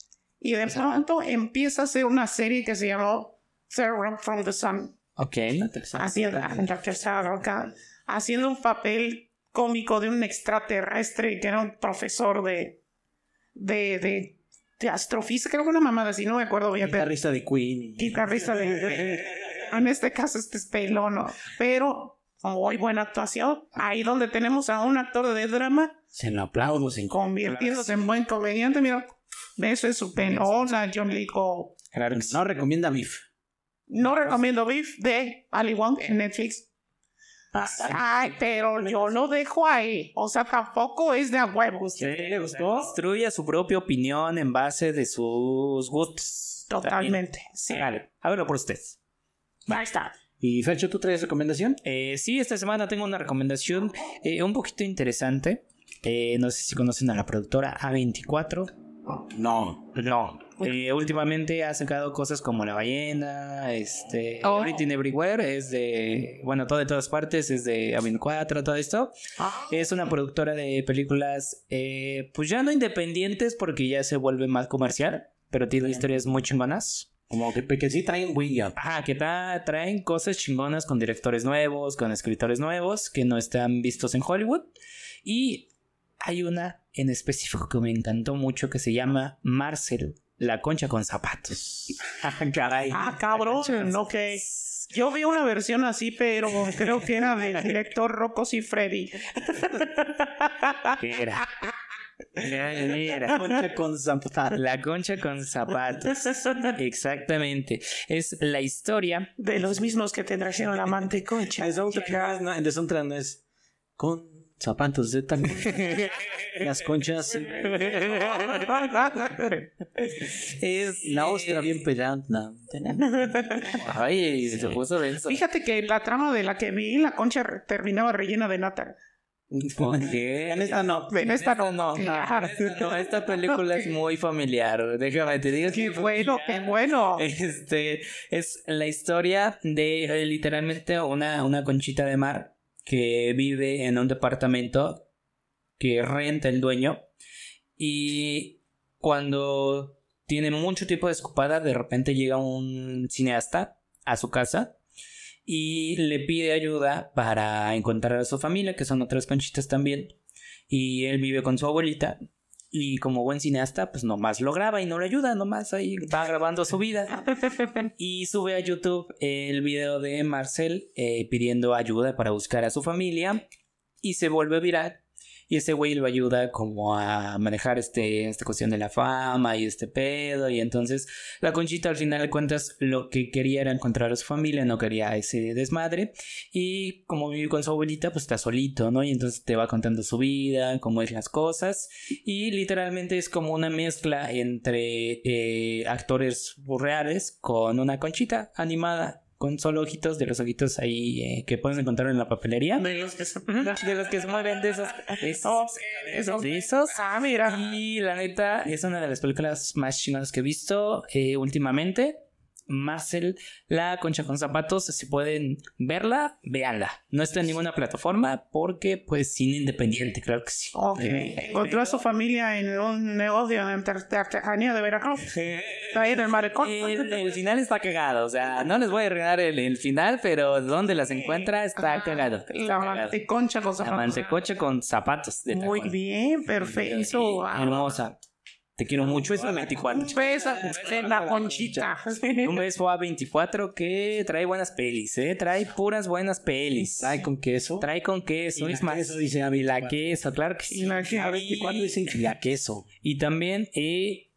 Y de pronto empieza a hacer una serie que se llamó Zero from the Sun, Ok. haciendo, la tercera roca, haciendo un papel cómico de un extraterrestre que era un profesor de, de, de, de astrofísica, creo que una mamada así, no me acuerdo bien, pero Guitarrista de Queen. y- guitarrista de, de- en este caso este es pelono, pero muy buena actuación. Ahí donde tenemos a un actor de drama Se lo aplaudo, se convirtiéndose en buen comediante, mira, eso es su pelona, John Lee Ho. Claro que sí. No recomienda Beef. No recomiendo Beef de Ali Wong Eh. en Netflix. Ay, pero yo lo dejo ahí. O sea, tampoco es de a huevos. Sí, ¿Le gustó? Construya su propia opinión en base de sus gustos. Totalmente. Sí. Vale, háblalo por usted. Ahí está. ¿Y Fercho, tú traes recomendación? Eh, sí, esta semana tengo una recomendación eh, un poquito interesante. Eh, no sé si conocen a la productora A24. No. No. Eh, últimamente ha sacado cosas como La Ballena, este, Oh. Everything Everywhere, es de, bueno, todo de todas partes, es de A24, todo esto. Es una productora de películas, eh, pues ya no independientes porque ya se vuelve más comercial, pero tiene historias muy chingonas. Como que, que sí traen William. Ajá, que ta- traen cosas chingonas con directores nuevos, con escritores nuevos que no están vistos en Hollywood. Y hay una en específico que me encantó mucho que se llama Marcel, la concha con zapatos. [laughs] Caray. Ah, cabrón. Ok. Yo vi una versión así, pero creo que era del director Rocco y Freddy. Era. Era, era. Concha con zapatar. La concha con zapatos. Exactamente. Es la [laughs] historia. De los mismos que te trajeron [laughs] la mantecocha. El soundtrack, no, el de soundtrack no es con zapatos de tan [laughs] Las conchas. Es la ostra bien pedante. eh, Ay, se puso denso. Fíjate que la trama de la que vi, la concha re- terminaba rellena de nata. [laughs] En esta no. En esta no. no, Claro. no, esta película es muy familiar. Déjame te digo Qué que bueno, qué [laughs] bueno. este es la historia de eh, literalmente una, una conchita de mar que vive en un departamento que renta el dueño y cuando tiene mucho tiempo de escupada de repente llega un cineasta a su casa y le pide ayuda para encontrar a su familia que son otras conchitas también y él vive con su abuelita y como buen cineasta, pues nomás lo graba y no le ayuda, nomás ahí va grabando su vida. Y sube a YouTube el video de Marcel eh, pidiendo ayuda para buscar a su familia. Y se vuelve viral. Y ese güey lo ayuda como a manejar este, esta cuestión de la fama y este pedo. Y entonces la conchita al final de cuentas lo que quería era encontrar a su familia, no quería ese desmadre. Y como vive con su abuelita, pues está solito, ¿no? Y entonces te va contando su vida, cómo es las cosas. Y literalmente es como una mezcla entre eh, actores reales con una conchita animada, con solo ojitos de los ojitos ahí eh, que puedes encontrar en la papelería. De los que se- Ujú, De los que se mueven, de [laughs] esos. De Oh, esos. eso. De esos. Ah, mira. Y la neta, es una de las películas más chingonas que he visto eh, últimamente. Marcel, La Concha con Zapatos, si pueden verla, véanla. No está en ninguna plataforma porque, pues, cine independiente, claro que sí. Eh, Ok. Encontró a su familia en un negocio de arte- de artesanía [laughs] de Veracruz. Ahí en el malecón. El, el final está cagado, o sea, no les voy a arreglar el, el final, pero donde las encuentra está cagado. está La cagado. manteconcha con La mantecocha con zapatos. de Muy tacón. bien, perfecto. Pues Sí, Wow. hermosa. Te quiero mucho, ¿eh? es la 24. Pesa en la conchita. [laughs] Un beso a 24 que trae buenas pelis, ¿eh? Trae puras buenas pelis. Ay, con queso. Trae con queso, es más. Eso dice Ávila. La queso, claro que Y sí. la que- ¿Y cuándo dicen que la queso? Y también eh,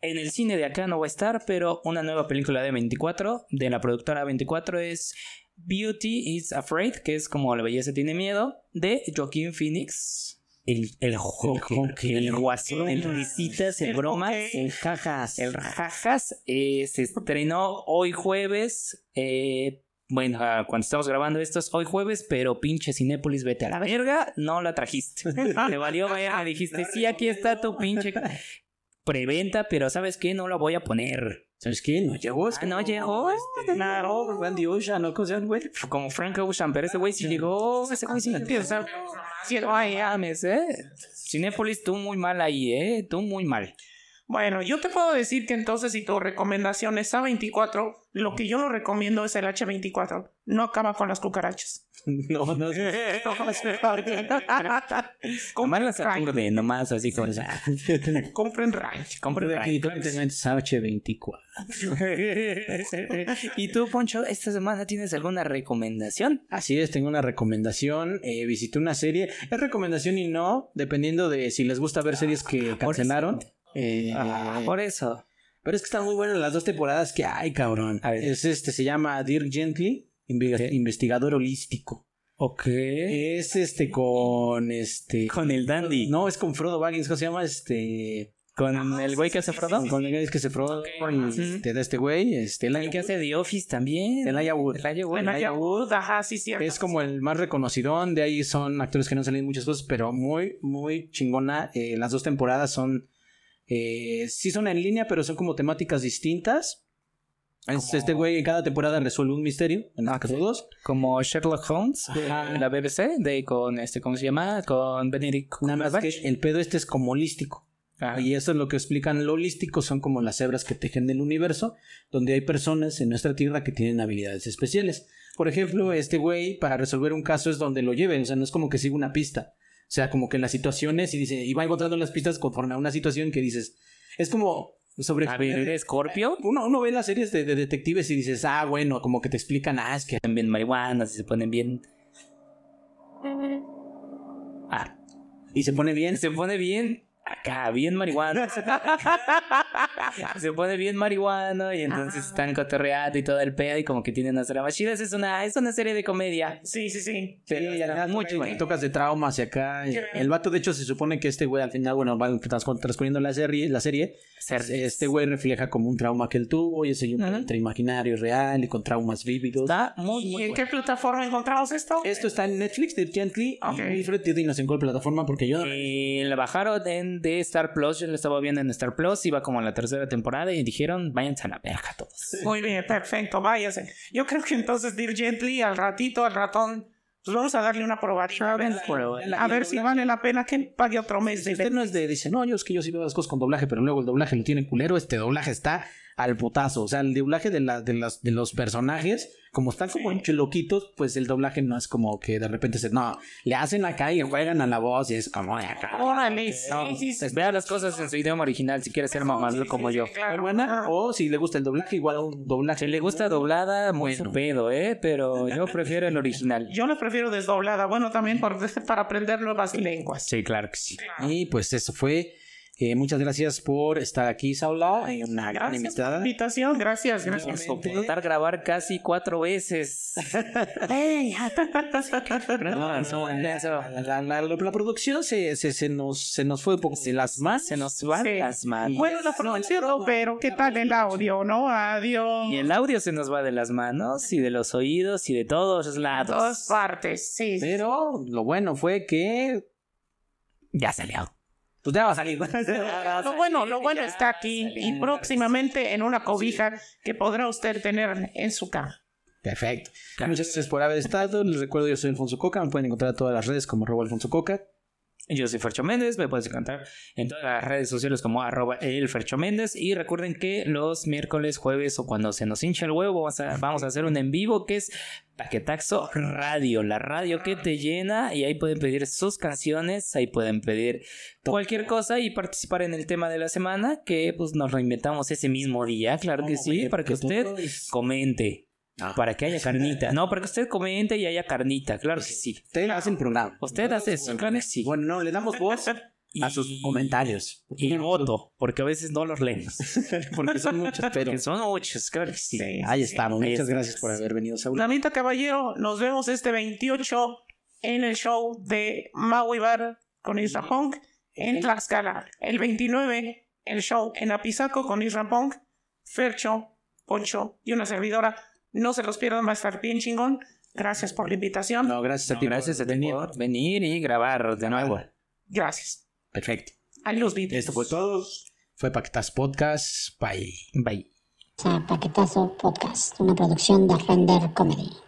en el cine de acá no va a estar, pero una nueva película de 24, de la productora 24, es Beauty is Afraid, que es como La Belleza Tiene Miedo, de Joaquín Phoenix. El, el, joker, el guasón, el risitas, el El bromas, joker. el jajas. El jajas eh, se estrenó hoy jueves. eh, Bueno, ah, cuando estamos grabando esto es hoy jueves, pero pinche Cinépolis, vete a la verga, no [laughs] la trajiste. Te valió verga, dijiste, sí, aquí está tu pinche preventa, pero ¿sabes qué? No la voy a poner. ¿Sabes qué? No llegó. es Ah, que no llegó. este, no, Randy Ocean, ¿no? ¿Cómo se llama, güey? Ah, Como Frank Ocean, pero ese güey sí llegó. Ese güey sí Empieza. Sí, no mames, ¿eh? Cinépolis, tú muy mal ahí, ¿eh? Tú muy mal. Bueno, yo te puedo decir que entonces si tu recomendación es A24, lo que yo no recomiendo es el H24. No acaba con las cucarachas. [laughs] No, [laughs] no. Nomás las Ranch. aturde, nomás así como... [laughs] [laughs] ah, Compren Ranch. Compren Ranch. pues. es H24. Y tú, Poncho, esta semana tienes alguna recomendación? Así es, tengo una recomendación. Eh, visité una serie. Es recomendación y no, dependiendo de si les gusta ver series Ah, que cancelaron. Eh, Por eso. Pero es que están muy buenas las dos temporadas que hay, cabrón. A ver. Es este, se llama Dirk Gently, inve- investigador holístico. Ok. Es este con este. Con el dandy. No, es con Frodo Baggins, ¿cómo se llama? Este. Con el güey que hace Frodo. Con el es que se Frodo este, de este güey, este, el El que hace The Office también. Elijah Wood. Elijah Wood. Bueno, ya, uh, ajá, sí, cierto. Es como el más reconocidón, de ahí son actores que no han salido en muchas cosas, pero muy, muy chingona. Eh, las dos temporadas son, eh, sí son en línea, pero son como temáticas distintas. Es- Este güey en cada temporada resuelve un misterio, en este caso [laughs] dos. Como Sherlock Holmes, de Ah. la BBC, de con este, ¿cómo se llama? Con Benedict Nada más Cumberbatch. que el pedo este es como holístico. Ajá. Ah, Y eso es lo que explican lo holístico, son como las hebras que tejen el universo, donde hay personas en nuestra Tierra que tienen habilidades especiales. Por ejemplo, este güey para resolver un caso es donde lo lleven, o sea, no es como que siga una pista. O sea, como que las situaciones y dice, y va encontrando las pistas conforme a una situación que dices, es como sobre A ver, ¿eres Scorpio? uno, uno ve las series de, de detectives y dices, ah, bueno, como que te explican, ah, es que Ponen bien marihuana, si se ponen bien. Ah, y se pone bien. se pone bien. Acá, [laughs] bien marihuana. se pone bien marihuana y entonces Ah. están cotorreando y todo el pedo y como que tienen unas tramas chidas. Es una, es una serie de comedia. Sí, sí, sí. Pero está mucho, güey. Tocas de traumas y acá. Sí. El vato, de hecho, se supone que este güey al final, bueno, va trans- transcurriendo la serie, la serie Este güey refleja como un trauma que él tuvo y ese hay un Ajá. entre imaginario y real y con traumas vívidos. Está muy, ¿Y muy en buena. qué plataforma encontramos esto? Esto está en Netflix de Gently. Ok. Muy divertido y no sé en cuál plataforma porque yo... Y la bajaron en, de Star Plus. Yo la estaba viendo en Star Plus. Iba como en la tercera temporada y dijeron: váyanse a la verga todos. Muy bien, perfecto, váyase. Yo creo que entonces Dear Gently, al ratito, al ratón, pues vamos a darle una probadita. A ver, a ver si vale la pena que pague otro mes Este, Si de usted este no es de... Dice, no, yo es que yo sí veo las cosas con doblaje, pero luego el doblaje lo tiene culero. Este doblaje está al putazo. O sea, el doblaje de, la, de, las, de los personajes, como están como pinche loquitos, pues el doblaje no es como que de repente se... No, le hacen acá y juegan a la voz y es como de acá. Oh, Órale, sí, No, sí, sí. Vea las cosas en su idioma original si quieres ser mamás como yo. Muy buena. O si le gusta el doblaje, igual un doblaje. Si le gusta doblada, muy Bueno. su pedo, ¿eh? Pero yo prefiero el original. Yo la prefiero desdoblada, bueno, también por- para aprender nuevas lenguas. [laughs] Sí, claro que sí. Y pues eso fue. Eh, muchas gracias por estar aquí, Saulo. Hay una gran Gracias por la invitada. invitación, gracias, Por gracias. soportar grabar casi cuatro veces. Ey, [laughs] No, Ah, no, La, la- la- la producción se, se, se nos, se nos fue un poco. Se las más se nos Van Sí. las manos. bueno, la producción, no, pero ¿qué tal el audio, no? Adiós. Y el audio se nos va de las manos y de los oídos y de todos Dos lados. partes, sí. Pero lo bueno fue que. Ya salió. Pues ya va a salir. [laughs] Lo bueno, lo bueno está aquí y próximamente en una cobija que podrá usted tener en su cama. Perfecto. Muchas gracias por haber estado. Les recuerdo, yo soy Alfonso Coca. Me pueden encontrar en todas las redes como arroba Alfonso Coca. Yo soy Fercho Méndez, me puedes encontrar en todas las redes sociales como arroba el Fercho Méndez y recuerden que los miércoles, jueves o cuando se nos hincha el huevo vamos a, vamos a hacer un en vivo que es Paquetaxo Radio, la radio que te llena y ahí pueden pedir sus canciones, ahí pueden pedir cualquier cosa y participar en el tema de la semana que pues nos lo inventamos ese mismo día, claro que sí, para que usted comente. Ah. Para que haya carnita. No, para que usted comente y haya carnita. Claro que sí. Ustedes hacen programa. Usted hace eso. Claro que sí. Bueno, no, le damos voz [laughs] a sus Y- comentarios. y voto, porque a veces no los leemos. Porque son muchos, pero. [laughs] Que son muchos, claro que sí. Ahí estamos. Ahí Muchas está. gracias por haber venido, Saúl. Damita Caballero, nos vemos este 28 en el show de Maui Bar con Isra Punk en Tlaxcala. El 29, el show en Apizaco con Isra Punk, Fercho, Poncho y una servidora No se los pierdan, va a estar bien chingón. Gracias por la invitación. No, gracias a ti. Gracias a ti venir. por venir y grabar de nuevo. Gracias. Perfecto. Ahí los vídeos. Esto fue todo. Fue Paquetas Podcast. Bye. Bye. Zapaquetazo Podcast, una producción de Render Comedy.